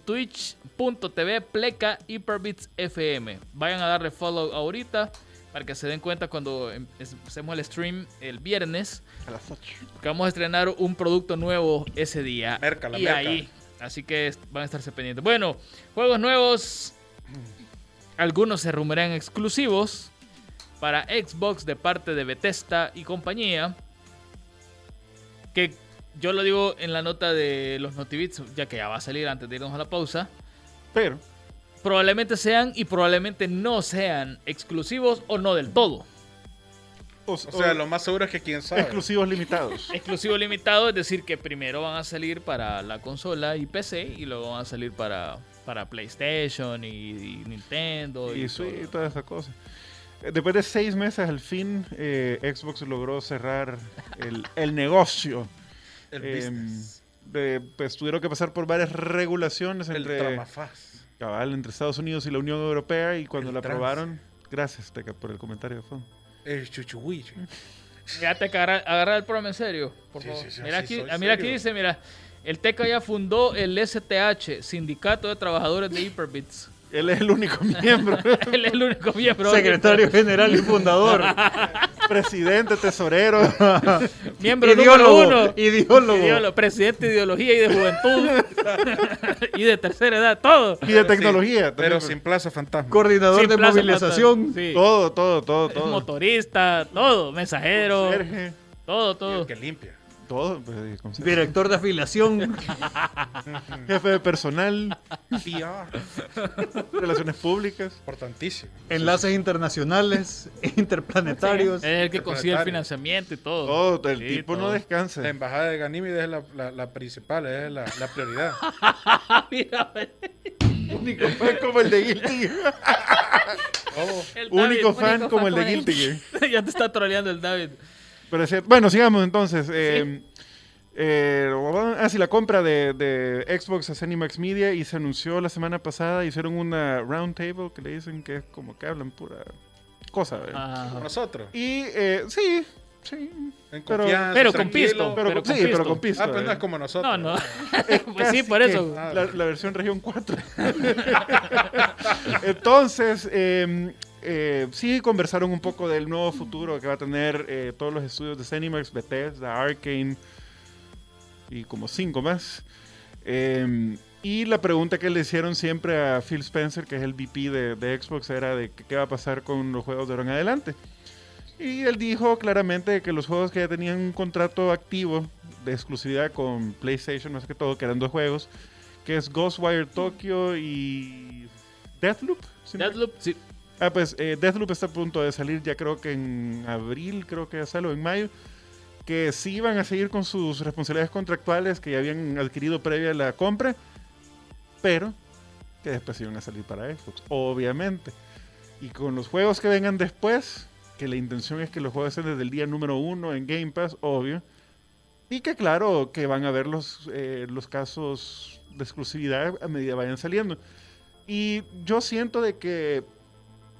Speaker 2: twitch.tv pleca hyperbits FM. Vayan a darle follow ahorita para que se den cuenta cuando em- es- hacemos el stream el viernes.
Speaker 3: A las ocho.
Speaker 2: Porque vamos a estrenar un producto nuevo ese día.
Speaker 5: Merca, la
Speaker 2: y
Speaker 5: merca.
Speaker 2: ahí. Así que est- van a estarse pendientes. Bueno, juegos nuevos. Algunos se rumorean exclusivos para Xbox de parte de Bethesda y compañía. Que yo lo digo en la nota de los Notibits, ya que ya va a salir antes de irnos a la pausa.
Speaker 3: Pero,
Speaker 2: Probablemente sean y probablemente no sean exclusivos o no del todo.
Speaker 3: o,
Speaker 5: O sea, lo más seguro es que quién sabe.
Speaker 3: exclusivos limitados.
Speaker 5: [laughs]
Speaker 2: Exclusivo limitado, es decir, que primero van a salir para la consola y PC y luego van a salir para, para PlayStation y, y Nintendo. Y,
Speaker 3: y sí,
Speaker 2: todo.
Speaker 3: todas esas cosas. Eh, Después de seis meses, al fin, eh, Xbox logró cerrar el, el negocio.
Speaker 5: El
Speaker 3: Eh,
Speaker 5: business.
Speaker 3: de- pues tuvieron que pasar por varias regulaciones
Speaker 5: El
Speaker 3: entre,
Speaker 5: tramafaz.
Speaker 3: cabal, entre Estados Unidos y la Unión Europea y cuando
Speaker 5: El
Speaker 3: la
Speaker 5: trans.
Speaker 3: aprobaron... Gracias, Teca, por el comentario de fondo.
Speaker 5: El chuchuhuillo.
Speaker 2: Ya te agarra, agarra el programa en serio, por
Speaker 5: Sí,
Speaker 2: favor.
Speaker 5: sí, sí,
Speaker 2: mira
Speaker 5: así
Speaker 2: aquí,
Speaker 5: soy
Speaker 2: ah, mira aquí
Speaker 5: serio.
Speaker 2: dice, mira, el TECA ya fundó el STH, Sindicato de Trabajadores de Hyperbits.
Speaker 3: Él es el único [laughs] miembro.
Speaker 2: [laughs] Él es el único miembro.
Speaker 6: Secretario general y fundador.
Speaker 3: presidente, tesorero.
Speaker 2: [laughs] miembro
Speaker 6: Ideólogo.
Speaker 2: número uno.
Speaker 6: Ideólogo.
Speaker 2: Ideólogo, presidente de ideología y de juventud [laughs] y de tercera edad, todo.
Speaker 3: Y de tecnología.
Speaker 5: Sí, pero
Speaker 3: también, pues.
Speaker 5: sin plaza fantasma.
Speaker 6: Coordinador
Speaker 2: Sin
Speaker 6: de
Speaker 2: plaza,
Speaker 6: movilización.
Speaker 2: plata. Sí.
Speaker 3: Todo, todo, todo,
Speaker 2: Es
Speaker 3: todo.
Speaker 2: motorista, todo, mensajero,
Speaker 3: Conserje.
Speaker 2: Todo,
Speaker 5: Y
Speaker 2: todo.
Speaker 5: el que limpia. [laughs]
Speaker 3: Todo. pues, con-
Speaker 6: Director de afiliación.
Speaker 3: Jefe de personal,
Speaker 5: PR.
Speaker 3: relaciones públicas.
Speaker 5: ah, Importantísimo.
Speaker 6: Enlaces internacionales, interplanetarios.
Speaker 2: Es el que consigue el
Speaker 5: Secretario.
Speaker 2: financiamiento y todo.
Speaker 3: Todo. El
Speaker 2: Sí,
Speaker 3: tipo no
Speaker 2: todo.
Speaker 3: descansa.
Speaker 5: La embajada de Ganímedes es la, la- la principal, es la, la prioridad.
Speaker 2: [laughs] Ah, mira,
Speaker 3: Único fan como el de Guilty Gear.
Speaker 5: Oh,
Speaker 2: el David.
Speaker 3: Único fan
Speaker 4: fan
Speaker 3: como el de
Speaker 4: como el-
Speaker 3: Guilty Gear.
Speaker 2: [laughs] ya te está troleando el David.
Speaker 3: [laughs] Pero sí, bueno, sigamos entonces. Eh, eh, ah, sí, la compra de, de Xbox a Cinemax Media y se anunció la semana pasada. Hicieron una roundtable que le dicen que es como que hablan pura cosa. ¿verdad?
Speaker 2: Ah,
Speaker 5: nosotros.
Speaker 3: Y eh, sí, sí.
Speaker 5: En
Speaker 3: Pero-
Speaker 5: confianza,
Speaker 2: pero con
Speaker 5: tranquilo.
Speaker 2: pisto.
Speaker 3: Pero,
Speaker 2: Pero
Speaker 3: sí,
Speaker 2: con
Speaker 3: pero
Speaker 2: pisto.
Speaker 3: con pisto. eh.
Speaker 5: Ah, pero no
Speaker 3: ¿verdad?
Speaker 5: es como
Speaker 2: no,
Speaker 5: nosotros.
Speaker 2: no. [laughs] pues
Speaker 3: Casi
Speaker 2: sí, por
Speaker 3: que
Speaker 2: eso.
Speaker 3: La, la versión región 4. [laughs] Entonces, eh, eh, sí conversaron un poco del nuevo futuro que va a tener eh, todos los estudios de Cinemax, Bethesda, Arkane y como cinco más. Eh, y la pregunta que le hicieron siempre a Phil Spencer, que es el VP de, de Xbox, era de qué qué va a pasar con los juegos de ahora en adelante. Y él dijo claramente que los juegos que ya tenían un contrato activo de exclusividad con PlayStation, más que todo, que eran dos juegos, que es Ghostwire Tokyo y Deathloop. si no me
Speaker 2: Deathloop, sí.
Speaker 3: Ah, pues eh, Deathloop está a punto de salir ya creo que en abril, creo que ya sale, o en mayo, que sí van a seguir con sus responsabilidades contractuales que ya habían adquirido previa a la compra, pero que después iban a salir para Xbox, obviamente. Y con los juegos que vengan después, que la intención es que los juegos estén desde el día número uno en Game Pass, obvio. Y que claro, que van a ver los, eh, los casos de exclusividad a medida vayan saliendo. Y yo siento de que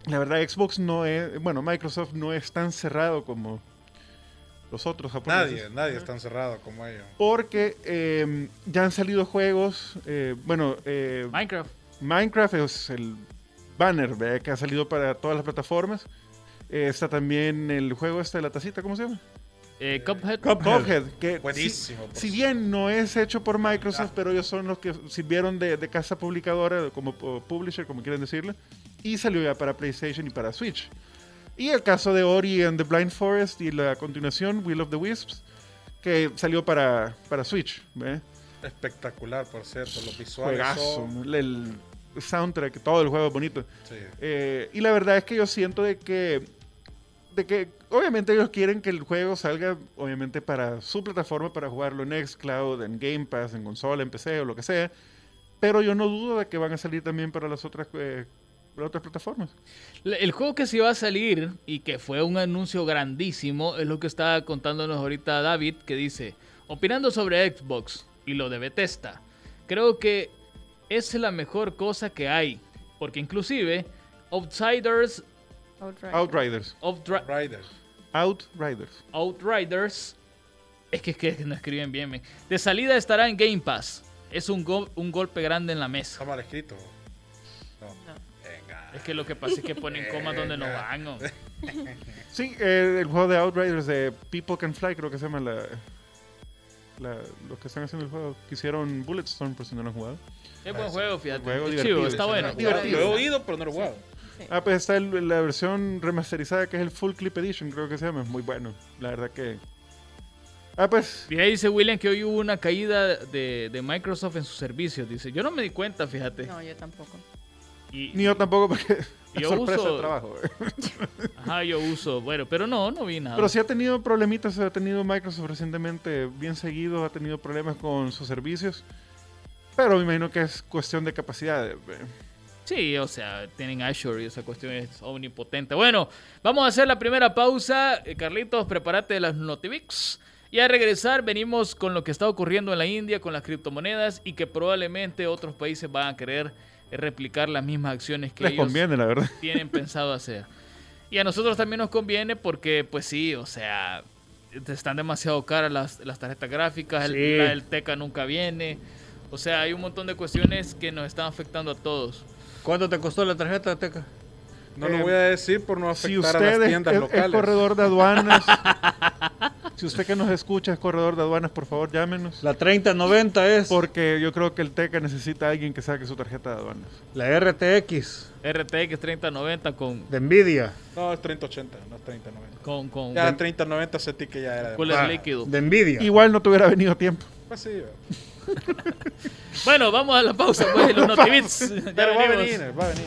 Speaker 3: la verdad Xbox no es, bueno, Microsoft no es tan cerrado como los otros japoneses.
Speaker 5: Nadie, nadie es tan cerrado como ellos.
Speaker 3: Porque eh, ya han salido juegos, eh, bueno, eh,
Speaker 2: Minecraft.
Speaker 3: Minecraft es el banner ¿verdad? que ha salido para todas las plataformas. Eh, está también el juego este de la tacita, ¿cómo se llama?
Speaker 2: Eh, Cuphead. [laughs]
Speaker 3: Cuphead,
Speaker 5: [laughs]
Speaker 3: que
Speaker 5: Buenísimo,
Speaker 3: si-
Speaker 5: por
Speaker 3: Si,
Speaker 5: cierto.
Speaker 3: bien no es hecho por Microsoft, pero ellos son los que sirvieron de, de casa publicadora, como o publisher, como quieren decirlo, y salió ya para PlayStation y para Switch. Y el caso de Ori and the Blind Forest y la continuación, Will of the Wisps, que salió para, para Switch. ¿ve?
Speaker 5: Espectacular, por cierto. Los visuales
Speaker 3: Juegazo,
Speaker 5: son-
Speaker 3: ¿no? el soundtrack, todo el juego es bonito.
Speaker 5: sí.
Speaker 3: Eh, y la verdad es que yo siento de que, de que obviamente ellos quieren que el juego salga, obviamente para su plataforma, para jugarlo en Xcloud, en Game Pass, en consola, en PC o lo que sea. Pero yo no dudo de que van a salir también para las otras, eh, para otras plataformas.
Speaker 2: La- El juego que sí va a salir y que fue un anuncio grandísimo es lo que está contándonos ahorita David, que dice, opinando sobre Xbox y lo de Bethesda, creo que es la mejor cosa que hay, porque inclusive Outsiders,
Speaker 4: Outright.
Speaker 3: Outriders.
Speaker 2: Outri-
Speaker 5: Riders.
Speaker 3: Outriders.
Speaker 2: Outriders, es que, es que no escriben bien, men. de salida estará en Game Pass, es un, go- un golpe grande en la
Speaker 5: Está
Speaker 2: mesa.
Speaker 5: mal escrito. No. Venga.
Speaker 2: Es que lo que pasa es que ponen comas donde no van. hombre.
Speaker 3: Sí, eh, el juego de Outriders de People Can Fly, creo que se llama la, la- los que están haciendo el juego. Que hicieron Bulletstorm, por si no lo han jugado.
Speaker 2: Es buen juego, fíjate.
Speaker 3: Juego
Speaker 2: Es chivo,
Speaker 3: divertido,
Speaker 2: está
Speaker 3: sí,
Speaker 2: bueno.
Speaker 3: no, divertido.
Speaker 5: Lo he oído, pero no lo he jugado.
Speaker 3: Ah, pues está el- la versión remasterizada que es el Full Clip Edition, creo que se llama. Es muy bueno, la verdad que. Ah, pues.
Speaker 2: Y ahí dice William que hoy hubo una caída de, de Microsoft en sus servicios. Dice, yo no me di cuenta, fíjate.
Speaker 4: No, yo tampoco.
Speaker 2: Y,
Speaker 3: Ni yo tampoco, porque.
Speaker 2: Yo
Speaker 3: sorpresa
Speaker 2: uso-
Speaker 3: de trabajo. eh.
Speaker 2: ajá, yo uso. Bueno, pero no, no vi nada.
Speaker 3: Pero sí ha tenido problemitas, ha tenido Microsoft recientemente bien seguido, ha tenido problemas con sus servicios. Pero me imagino que es cuestión de capacidades. eh.
Speaker 2: Sí, o sea, tienen Azure y esa cuestión es omnipotente. Bueno, vamos a hacer la primera pausa. Eh, Carlitos, prepárate las Notivix. Y al regresar venimos con lo que está ocurriendo en la India con las criptomonedas y que probablemente otros países van a querer eh, replicar las mismas acciones que
Speaker 3: Les
Speaker 2: ellos
Speaker 3: conviene, la verdad.
Speaker 2: tienen pensado hacer. Y a nosotros también nos conviene porque, pues sí, o sea, te están demasiado caras las, las tarjetas gráficas, el-
Speaker 6: Sí.
Speaker 2: la del Teca nunca viene. O sea, hay un montón de cuestiones que nos están afectando a todos.
Speaker 6: ¿Cuánto te costó la tarjeta, Teca?
Speaker 5: No
Speaker 3: Eh,
Speaker 5: lo voy a decir por no afectar
Speaker 3: Si
Speaker 5: a las
Speaker 3: usted es,
Speaker 5: tiendas
Speaker 3: es- es
Speaker 5: locales.
Speaker 3: corredor de aduanas, Si usted que nos escucha es corredor de aduanas, por favor llámenos.
Speaker 6: La 3090 es
Speaker 3: Porque yo creo que el TECA necesita a alguien que saque su tarjeta de aduanas.
Speaker 6: la RTX
Speaker 2: RTX 3090 con.
Speaker 6: de Nvidia.
Speaker 5: No, es 3080, no es 3090.
Speaker 2: con, con
Speaker 5: Ya 3090 sentí que ya era de
Speaker 2: cooler
Speaker 6: Ah,
Speaker 2: líquido.
Speaker 6: De Nvidia.
Speaker 3: Igual no te hubiera venido a tiempo.
Speaker 5: Pues sí, va.
Speaker 2: Bueno, vamos a la pausa, pues, los notibits. Ya
Speaker 5: Pero va a
Speaker 2: venimos.
Speaker 5: venir, va a venir.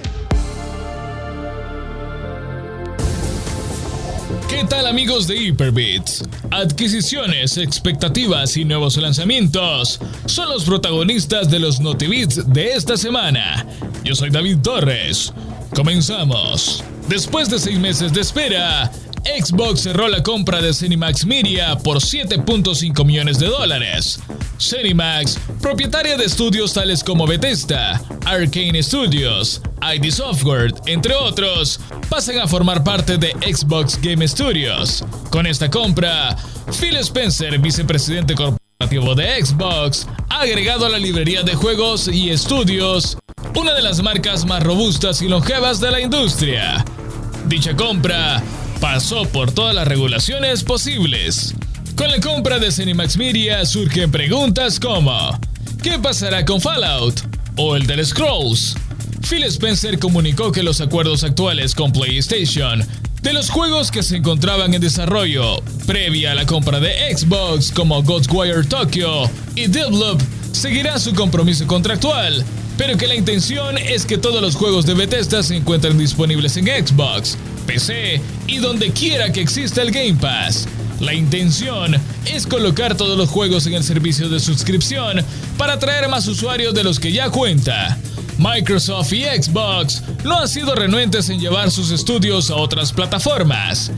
Speaker 8: ¿Qué tal amigos de Hyperbits? Adquisiciones, expectativas y nuevos lanzamientos son los protagonistas de los Notibits de esta semana. Yo soy David Torres. Comenzamos. Después de seis meses de espera, Xbox cerró la compra de Cinemax Media por 7.5 millones de dólares. Cinemax, propietaria de estudios tales como Bethesda, Arcane Studios, ID Software, entre otros, pasan a formar parte de Xbox Game Studios. Con esta compra, Phil Spencer, vicepresidente corporativo de Xbox, ha agregado a la librería de juegos y estudios una de las marcas más robustas y longevas de la industria. Dicha compra pasó por todas las regulaciones posibles. Con la compra de Cinemax Media surgen preguntas como ¿Qué pasará con Fallout? ¿O el del Scrolls? Phil Spencer comunicó que los acuerdos actuales con PlayStation de los juegos que se encontraban en desarrollo previa a la compra de Xbox como Ghostwire Tokyo y Deadloop seguirá su compromiso contractual, pero que la intención es que todos los juegos de Bethesda se encuentren disponibles en Xbox, PC y donde quiera que exista el Game Pass. La intención es colocar todos los juegos en el servicio de suscripción para atraer más usuarios de los que ya cuenta. Microsoft y Xbox no han sido renuentes en llevar sus estudios a otras plataformas.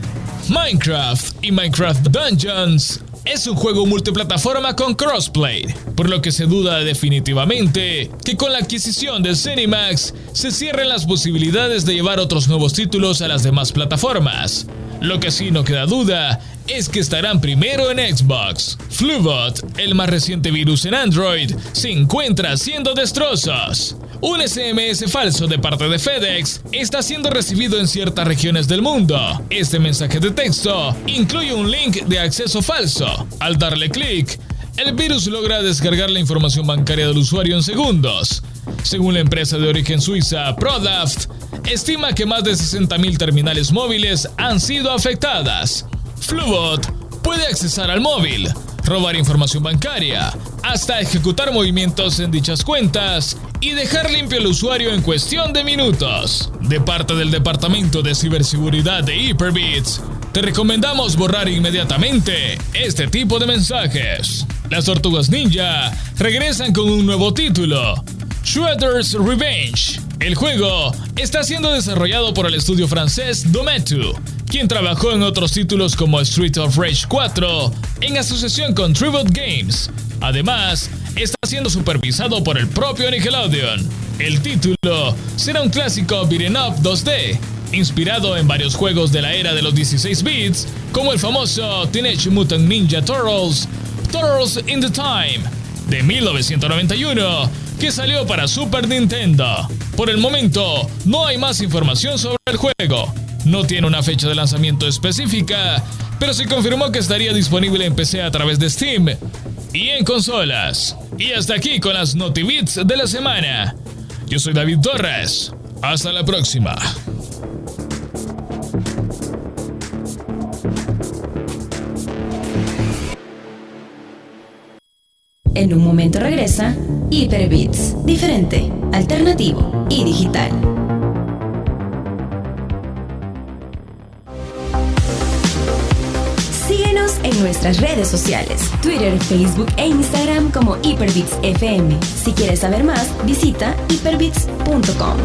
Speaker 8: Minecraft y Minecraft Dungeons es un juego multiplataforma con crossplay, por lo que se duda definitivamente que con la adquisición de Cinemax se cierren las posibilidades de llevar otros nuevos títulos a las demás plataformas. Lo que sí no queda duda es que estarán primero en Xbox. Flubot, el más reciente virus en Android, se encuentra haciendo destrozos. Un SMS falso de parte de FedEx está siendo recibido en ciertas regiones del mundo. Este mensaje de texto incluye un link de acceso falso. Al darle clic, el virus logra descargar la información bancaria del usuario en segundos. Según la empresa de origen suiza Prodaft, estima que más de 60.000 terminales móviles han sido afectadas. Flubot puede accesar al móvil, robar información bancaria, hasta ejecutar movimientos en dichas cuentas y dejar limpio al usuario en cuestión de minutos. De parte del Departamento de Ciberseguridad de Hyperbits, te recomendamos borrar inmediatamente este tipo de mensajes. Las tortugas ninja regresan con un nuevo título, Shredder's Revenge. El juego está siendo desarrollado por el estudio francés Dometu, quien trabajó en otros títulos como Street of Rage 4 en asociación con Tribute Games. Además, está siendo supervisado por el propio Nickelodeon. El título será un clásico beat'em up 2D, inspirado en varios juegos de la era de los 16 bits, como el famoso Teenage Mutant Ninja Turtles, Turtles in the Time, de 1991 que salió para Super Nintendo. Por el momento, no hay más información sobre el juego. No tiene una fecha de lanzamiento específica, pero se confirmó que estaría disponible en PC a través de Steam y en consolas. Y hasta aquí con las NotiBits de la semana. Yo soy David Torres. Hasta la próxima.
Speaker 1: En un momento regresa Hyperbits, diferente, alternativo y digital. Síguenos en nuestras redes sociales, Twitter, Facebook e Instagram como Hyperbits FM. Si quieres saber más, visita hyperbits.com.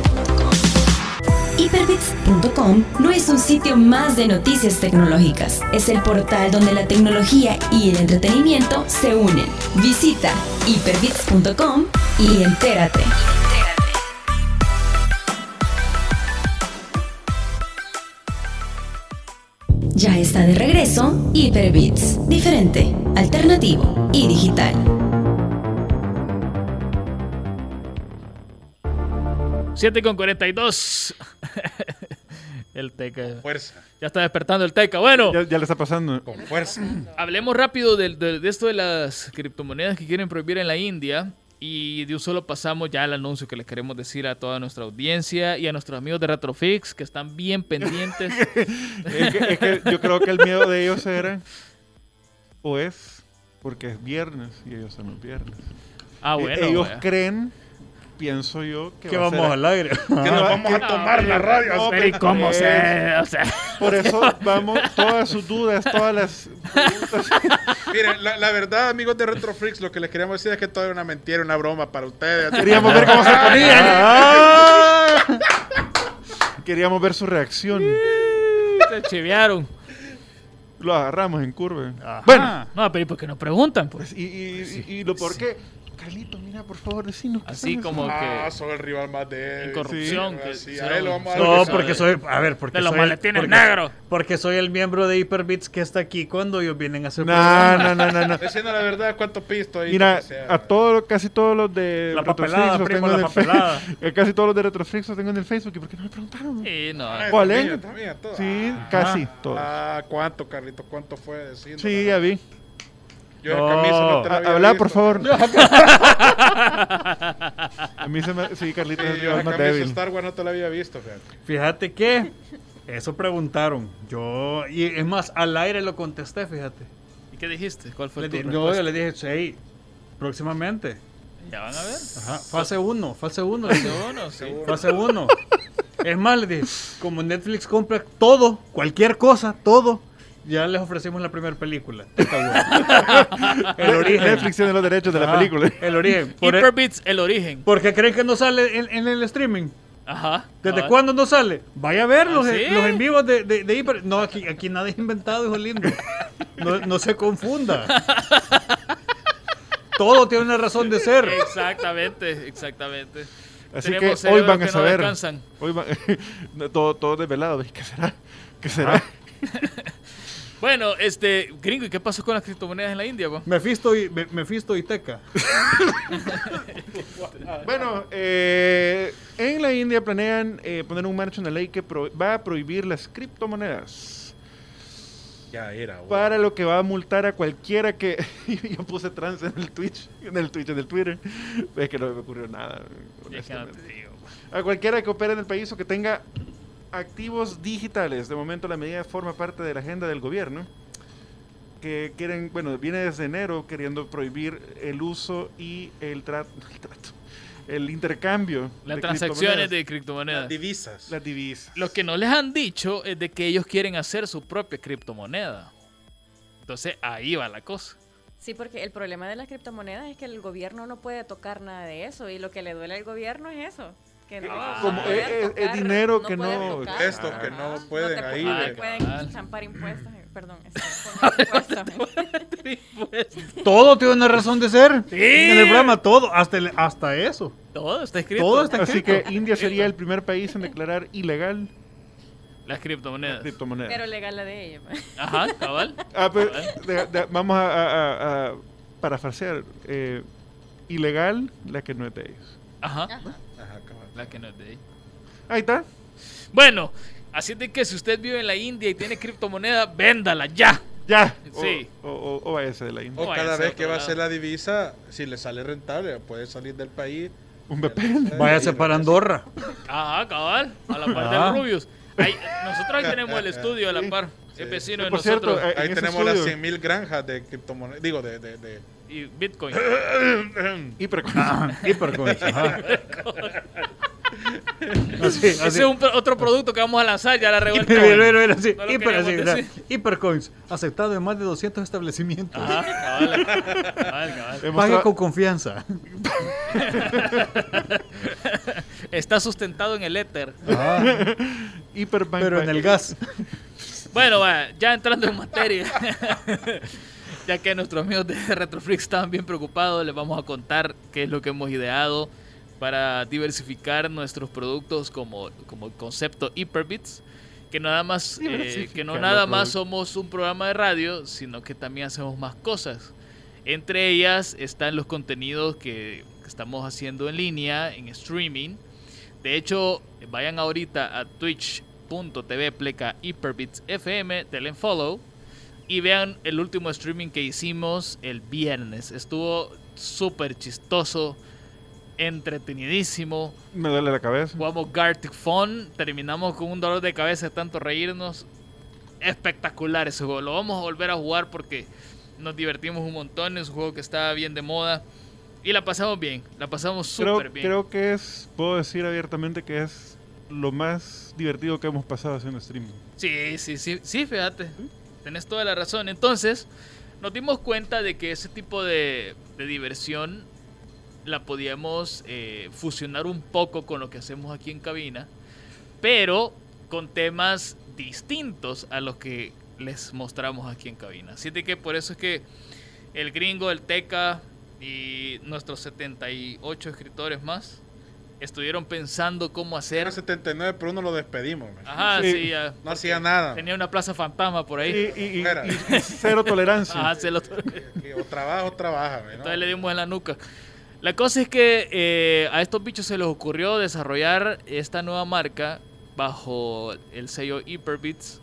Speaker 1: Hyperbits.com no es un sitio más de noticias tecnológicas, es el portal donde la tecnología y el entretenimiento se unen. Visita hyperbits.com y entérate. Ya está de regreso Hyperbits, diferente, alternativo y digital.
Speaker 2: Siete con 42. [laughs] El Teca.
Speaker 5: Fuerza.
Speaker 2: Ya está despertando el Teca. Bueno,
Speaker 3: Ya, ya le está pasando.
Speaker 5: Con fuerza.
Speaker 2: hablemos rápido del- del- de, esto de las criptomonedas que quieren prohibir en la India. Y de un solo pasamos ya al anuncio que les queremos decir a toda nuestra audiencia y a nuestros amigos de Retrofix que están bien pendientes.
Speaker 3: Es que, es que yo creo que el miedo de ellos era. O es. Porque es viernes y ellos son los viernes.
Speaker 2: Ah,
Speaker 3: E-
Speaker 2: bueno.
Speaker 3: ellos
Speaker 2: vea.
Speaker 3: creen, pienso yo, que,
Speaker 6: Que
Speaker 3: va a ser
Speaker 6: vamos al aire.
Speaker 5: Que nos vamos a
Speaker 2: No,
Speaker 5: tomar la radio.
Speaker 3: no,
Speaker 2: Pero ¿y cómo
Speaker 3: Eh,
Speaker 2: se? O sea,
Speaker 3: Por eso
Speaker 2: [laughs]
Speaker 3: vamos, todas sus dudas, todas las preguntas.
Speaker 5: Miren, la, la verdad, amigos de Retro Freaks, lo que les queríamos decir es que todo era una mentira, una broma para
Speaker 3: [laughs]
Speaker 5: ustedes.
Speaker 3: Queríamos ver cómo se ponían. Ah. Queríamos ver su reacción.
Speaker 2: se chivearon.
Speaker 3: Lo agarramos en curva.
Speaker 2: Ah.
Speaker 3: Bueno,
Speaker 2: No, pero ¿y por qué no preguntan? Pues?
Speaker 3: [laughs] pues, y, y, y- y lo por qué. Carlito, mira, por favor, decinos. qué
Speaker 2: Así
Speaker 3: son eso.
Speaker 2: como
Speaker 5: Ah,
Speaker 2: que
Speaker 5: son el rival más de
Speaker 2: en corrupción.
Speaker 5: Sí,
Speaker 2: que
Speaker 5: sí,
Speaker 2: hicieron-
Speaker 5: a él lo vamos a
Speaker 6: [laughs]
Speaker 5: dar
Speaker 6: No,
Speaker 5: que
Speaker 6: porque soy. A ver, porque
Speaker 2: De los
Speaker 6: soy el-
Speaker 2: maletines
Speaker 6: porque-
Speaker 2: negros.
Speaker 6: Porque soy el miembro de Hyperbits que está aquí cuando ellos vienen a hacer.
Speaker 3: No,
Speaker 6: programa.
Speaker 3: no, no, no, no.
Speaker 5: Diciendo la verdad, cuánto pisto ahí.
Speaker 3: Mira,
Speaker 5: que sea.
Speaker 3: a todos, casi todos los de
Speaker 6: La
Speaker 3: Retroflix
Speaker 6: papelada,
Speaker 3: los
Speaker 6: primo,
Speaker 3: tengo
Speaker 6: la
Speaker 3: en el Fe-
Speaker 6: papelada.
Speaker 3: Casi todos los de Retroflix los tengo en el Facebook. ¿Y por qué no me preguntaron?
Speaker 2: Sí, Eh, no.
Speaker 5: Ah,
Speaker 3: ¿Cuál
Speaker 5: también,
Speaker 3: es?
Speaker 5: también, a todos.
Speaker 3: Sí,
Speaker 5: Ah,
Speaker 3: casi todos.
Speaker 5: Ah, cuánto, Carlito, cuánto fue diciendo.
Speaker 3: sí,
Speaker 5: la
Speaker 3: ya
Speaker 5: verdad.
Speaker 3: vi.
Speaker 5: Yo en
Speaker 6: No.
Speaker 5: camisa no te la había
Speaker 3: Habla,
Speaker 5: visto.
Speaker 3: por favor. A mí se me... Sí, Carlito es
Speaker 5: Sí,
Speaker 3: el
Speaker 5: yo
Speaker 3: rival
Speaker 5: en
Speaker 3: más
Speaker 5: camisa
Speaker 3: débil.
Speaker 5: Star Wars no te la había visto, fíjate.
Speaker 6: Fíjate que. Eso preguntaron. Yo. Y es más, al aire lo contesté, fíjate.
Speaker 2: ¿Y qué dijiste? ¿Cuál fue
Speaker 6: Le
Speaker 2: tu
Speaker 6: di- yo,
Speaker 2: respuesta?
Speaker 6: yo le dije, sí, próximamente.
Speaker 2: Ya van a ver.
Speaker 6: Ajá, fase 1, fase 1.
Speaker 2: Seguro, sí.
Speaker 6: Fase 1. Es más, les dije, como Netflix compra todo, cualquier cosa, todo, ya les ofrecimos la primera película.
Speaker 3: [laughs]
Speaker 6: Está bueno. El origen.
Speaker 3: Netflix tiene los derechos de la
Speaker 6: Ajá,
Speaker 3: película.
Speaker 6: El origen. Por, e-
Speaker 2: Hyperbits, el origen.
Speaker 6: ¿por qué creen que no sale en, en el streaming?
Speaker 2: Ajá.
Speaker 6: ¿Desde
Speaker 2: Ah,
Speaker 6: cuándo no sale? Vaya a ver los,
Speaker 2: ¿Ah, sí?
Speaker 6: los en vivos de, de, de Hiper- No, aquí, aquí nada es inventado, hijo lindo. No, no
Speaker 2: [laughs]
Speaker 6: se confunda. Todo tiene una razón de ser.
Speaker 2: Exactamente, exactamente.
Speaker 3: Así
Speaker 2: Tenemos
Speaker 3: que hoy
Speaker 2: cerebros
Speaker 3: van a
Speaker 2: que no
Speaker 3: saber.
Speaker 2: descansan.
Speaker 3: hoy van... no, todo, todo desvelado. ¿Qué será? ¿Qué será?
Speaker 2: Bueno, este, gringo, ¿y qué pasó con las criptomonedas en la India? po?
Speaker 6: Mefisto y, me- Mefisto y Teca.
Speaker 3: Bueno, eh, en la India planean eh, poner un marcho en la ley que pro- va a prohibir las criptomonedas.
Speaker 5: Ya era, güey.
Speaker 3: para lo que va a multar a cualquiera que [laughs] yo puse trans en el Twitch, en el Twitch, en el Twitter. Es que no me ocurrió nada.
Speaker 2: Ya es que no te
Speaker 3: honestamente.
Speaker 2: digo, po.
Speaker 3: A cualquiera que opere en el país o que tenga activos digitales. De momento la medida forma parte de la agenda del gobierno que quieren, bueno, viene desde enero queriendo prohibir el uso y el trato, [laughs] el trato, el intercambio
Speaker 2: Las
Speaker 3: de
Speaker 2: transacciones de
Speaker 5: Las
Speaker 2: criptomonedas.
Speaker 5: divisas.
Speaker 3: las divisas.
Speaker 2: Lo que no les han dicho es de que ellos quieren hacer su propia criptomoneda. Entonces ahí va la cosa. [laughs]
Speaker 4: Sí, porque el problema de las criptomonedas es que el gobierno no puede tocar nada de eso y lo que le duele al gobierno es eso. Que no,
Speaker 2: Ah,
Speaker 4: no
Speaker 2: como
Speaker 4: pueden
Speaker 2: es-
Speaker 3: es- es
Speaker 4: tocar,
Speaker 3: dinero que
Speaker 4: pueden
Speaker 3: no-
Speaker 4: tocar,
Speaker 5: Textos que
Speaker 4: ajá.
Speaker 5: no
Speaker 4: te
Speaker 5: pueden
Speaker 4: pu-
Speaker 5: ahí,
Speaker 4: no te
Speaker 2: de-
Speaker 4: pueden champar impuestos. eh, Perdón,
Speaker 2: [laughs]
Speaker 4: es- poner impuestos.
Speaker 6: Todo tiene una razón de ser. En el programa, todo, hasta, el- hasta eso.
Speaker 2: Todo está escrito.
Speaker 6: Todo está-
Speaker 3: Así que
Speaker 2: [laughs]
Speaker 3: India sería el primer país en declarar ilegal
Speaker 2: Las criptomonedas.
Speaker 3: criptomonedas.
Speaker 4: [laughs] Pero legal la de pues. ellos.
Speaker 2: Ajá, cabal.
Speaker 3: Ah, pero,
Speaker 2: ¿eh?
Speaker 3: de- de- vamos a, a- a- a parafrasear. eh, ilegal, la que no es de ellos.
Speaker 2: Ajá.
Speaker 5: Ajá, cabrón.
Speaker 2: La que no es de ahí.
Speaker 3: Ahí está.
Speaker 2: Bueno, así de que si usted vive en la India y tiene criptomoneda, véndala ya.
Speaker 3: Ya.
Speaker 2: Sí.
Speaker 3: O, o, o váyase de la India.
Speaker 5: O
Speaker 2: No vaya a
Speaker 5: cada
Speaker 2: ser
Speaker 5: vez que
Speaker 2: otro
Speaker 5: va a
Speaker 2: lado.
Speaker 5: ser la divisa, si le sale rentable, puede salir del país.
Speaker 3: Un
Speaker 6: [laughs]
Speaker 3: VPN.
Speaker 6: Váyase para Andorra.
Speaker 2: Ajá, cabal. A la par de
Speaker 6: Ah.
Speaker 2: los rubios. Ahí- nosotros ahí tenemos el estudio a la par. Es vecino de
Speaker 3: Por cierto,
Speaker 2: nosotros.
Speaker 3: eh, en
Speaker 5: Ahí
Speaker 3: ese
Speaker 5: tenemos las
Speaker 3: estudio.
Speaker 5: 100 mil granjas de criptomonedas. Digo, de. de, de-
Speaker 2: y
Speaker 3: [laughs]
Speaker 2: Bitcoin.
Speaker 3: Hipercon-
Speaker 6: Ah, Hipercoins, ajá. Así,
Speaker 2: Ese
Speaker 6: así.
Speaker 2: es un pro- otro producto que vamos a lanzar, ya la
Speaker 6: Hiper-
Speaker 2: revuelta.
Speaker 6: mira, mira, mira, así,
Speaker 2: No lo
Speaker 6: hiper- así,
Speaker 2: queríamos
Speaker 6: mira.
Speaker 2: decir.
Speaker 6: Hipercoins, aceptado en más de 200 establecimientos.
Speaker 2: Ajá, cabal. Cabal, cabal. [laughs]
Speaker 3: hemos
Speaker 6: Pague
Speaker 3: tra-
Speaker 6: con confianza.
Speaker 2: Está sustentado en el éter.
Speaker 3: Ah, Hiperbank-
Speaker 6: [laughs] Pero en el gas.
Speaker 2: Bueno, va, ya entrando en materia, [laughs] ya que nuestros amigos de Retroflix estaban bien preocupados, les vamos a contar qué es lo que hemos ideado para diversificar nuestros productos como, como el concepto Hyperbits, que nada más eh,
Speaker 3: Diversificar
Speaker 2: que no
Speaker 3: los
Speaker 2: nada más
Speaker 3: productos.
Speaker 2: somos un programa de radio, sino que también hacemos más cosas. Entre ellas están los contenidos que, que estamos haciendo en línea, en streaming. De hecho, vayan ahorita a twitch.tv twitch.tv pleca hyperbits FM, denle en follow y vean el último streaming que hicimos el viernes. Estuvo súper chistoso, entretenidísimo.
Speaker 3: Me duele la cabeza.
Speaker 2: Jugamos Gartic Fun, terminamos con un dolor de cabeza de tanto reírnos. Espectacular ese juego. Lo vamos a volver a jugar porque nos divertimos un montón. Es un juego que estaba bien de moda. Y la pasamos bien, la pasamos
Speaker 3: Creo,
Speaker 2: súper bien.
Speaker 3: creo que es, puedo decir abiertamente que es lo más divertido que hemos pasado haciendo streaming.
Speaker 2: Sí, sí, sí, sí, fíjate. Tenés toda la razón. Entonces, nos dimos cuenta de que ese tipo de, de diversión la podíamos eh, fusionar un poco con lo que hacemos aquí en cabina, pero con temas distintos a los que les mostramos aquí en cabina. Así de que por eso es que el gringo, el teca y nuestros 78 escritores más estuvieron pensando cómo hacer...
Speaker 5: Era 79, pero uno lo despedimos. men.
Speaker 2: Ajá,
Speaker 3: Sí.
Speaker 2: sí, ya.
Speaker 5: No hacía nada.
Speaker 2: Tenía una plaza fantasma por
Speaker 3: Y,
Speaker 2: ahí. Ah,
Speaker 3: y- y-
Speaker 5: Fuera.
Speaker 3: y
Speaker 2: [laughs]
Speaker 3: cero tolerancia.
Speaker 2: Ajá, se lo- Entonces
Speaker 5: Que O trabaja o trabaja. men, ¿no?
Speaker 2: le dimos en la nuca. La cosa es que eh, a estos bichos se les ocurrió desarrollar esta nueva marca bajo el sello Hyperbits.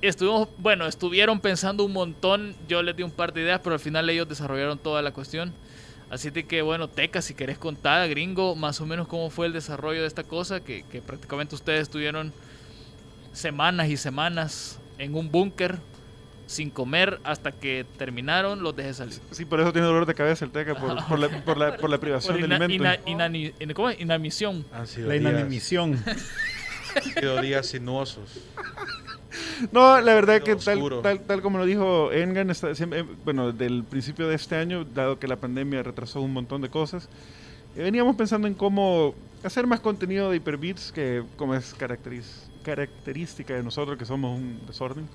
Speaker 2: Estuvimos, bueno, estuvieron pensando un montón. Yo les di un par de ideas, pero al final ellos desarrollaron toda la cuestión. Así de que, bueno, Teca, si querés contar, gringo, más o menos cómo fue el desarrollo de esta cosa, que, que prácticamente ustedes estuvieron semanas y semanas en un búnker sin comer hasta que terminaron, los dejé salir.
Speaker 3: Sí, por eso tiene dolor de cabeza el
Speaker 2: [laughs]
Speaker 3: Teca, por, por la, por la- por la
Speaker 2: Por
Speaker 3: privación de
Speaker 2: ina- ina-
Speaker 3: alimentos.
Speaker 2: inani- in- ¿cómo es? Inamisión.
Speaker 5: Han sido
Speaker 6: La
Speaker 5: días-
Speaker 6: inanimisión.
Speaker 5: han sido días sinuosos.
Speaker 3: No, la verdad que
Speaker 5: Lo
Speaker 3: tal,
Speaker 5: oscuro.
Speaker 3: tal, tal como lo dijo Engan, está siempre- eh, bueno, desde el principio de este año, dado que la pandemia retrasó un montón de cosas, eh, veníamos pensando en cómo hacer más contenido de Hyperbeats, que como es caracteriz- característica de nosotros, que somos un desorden.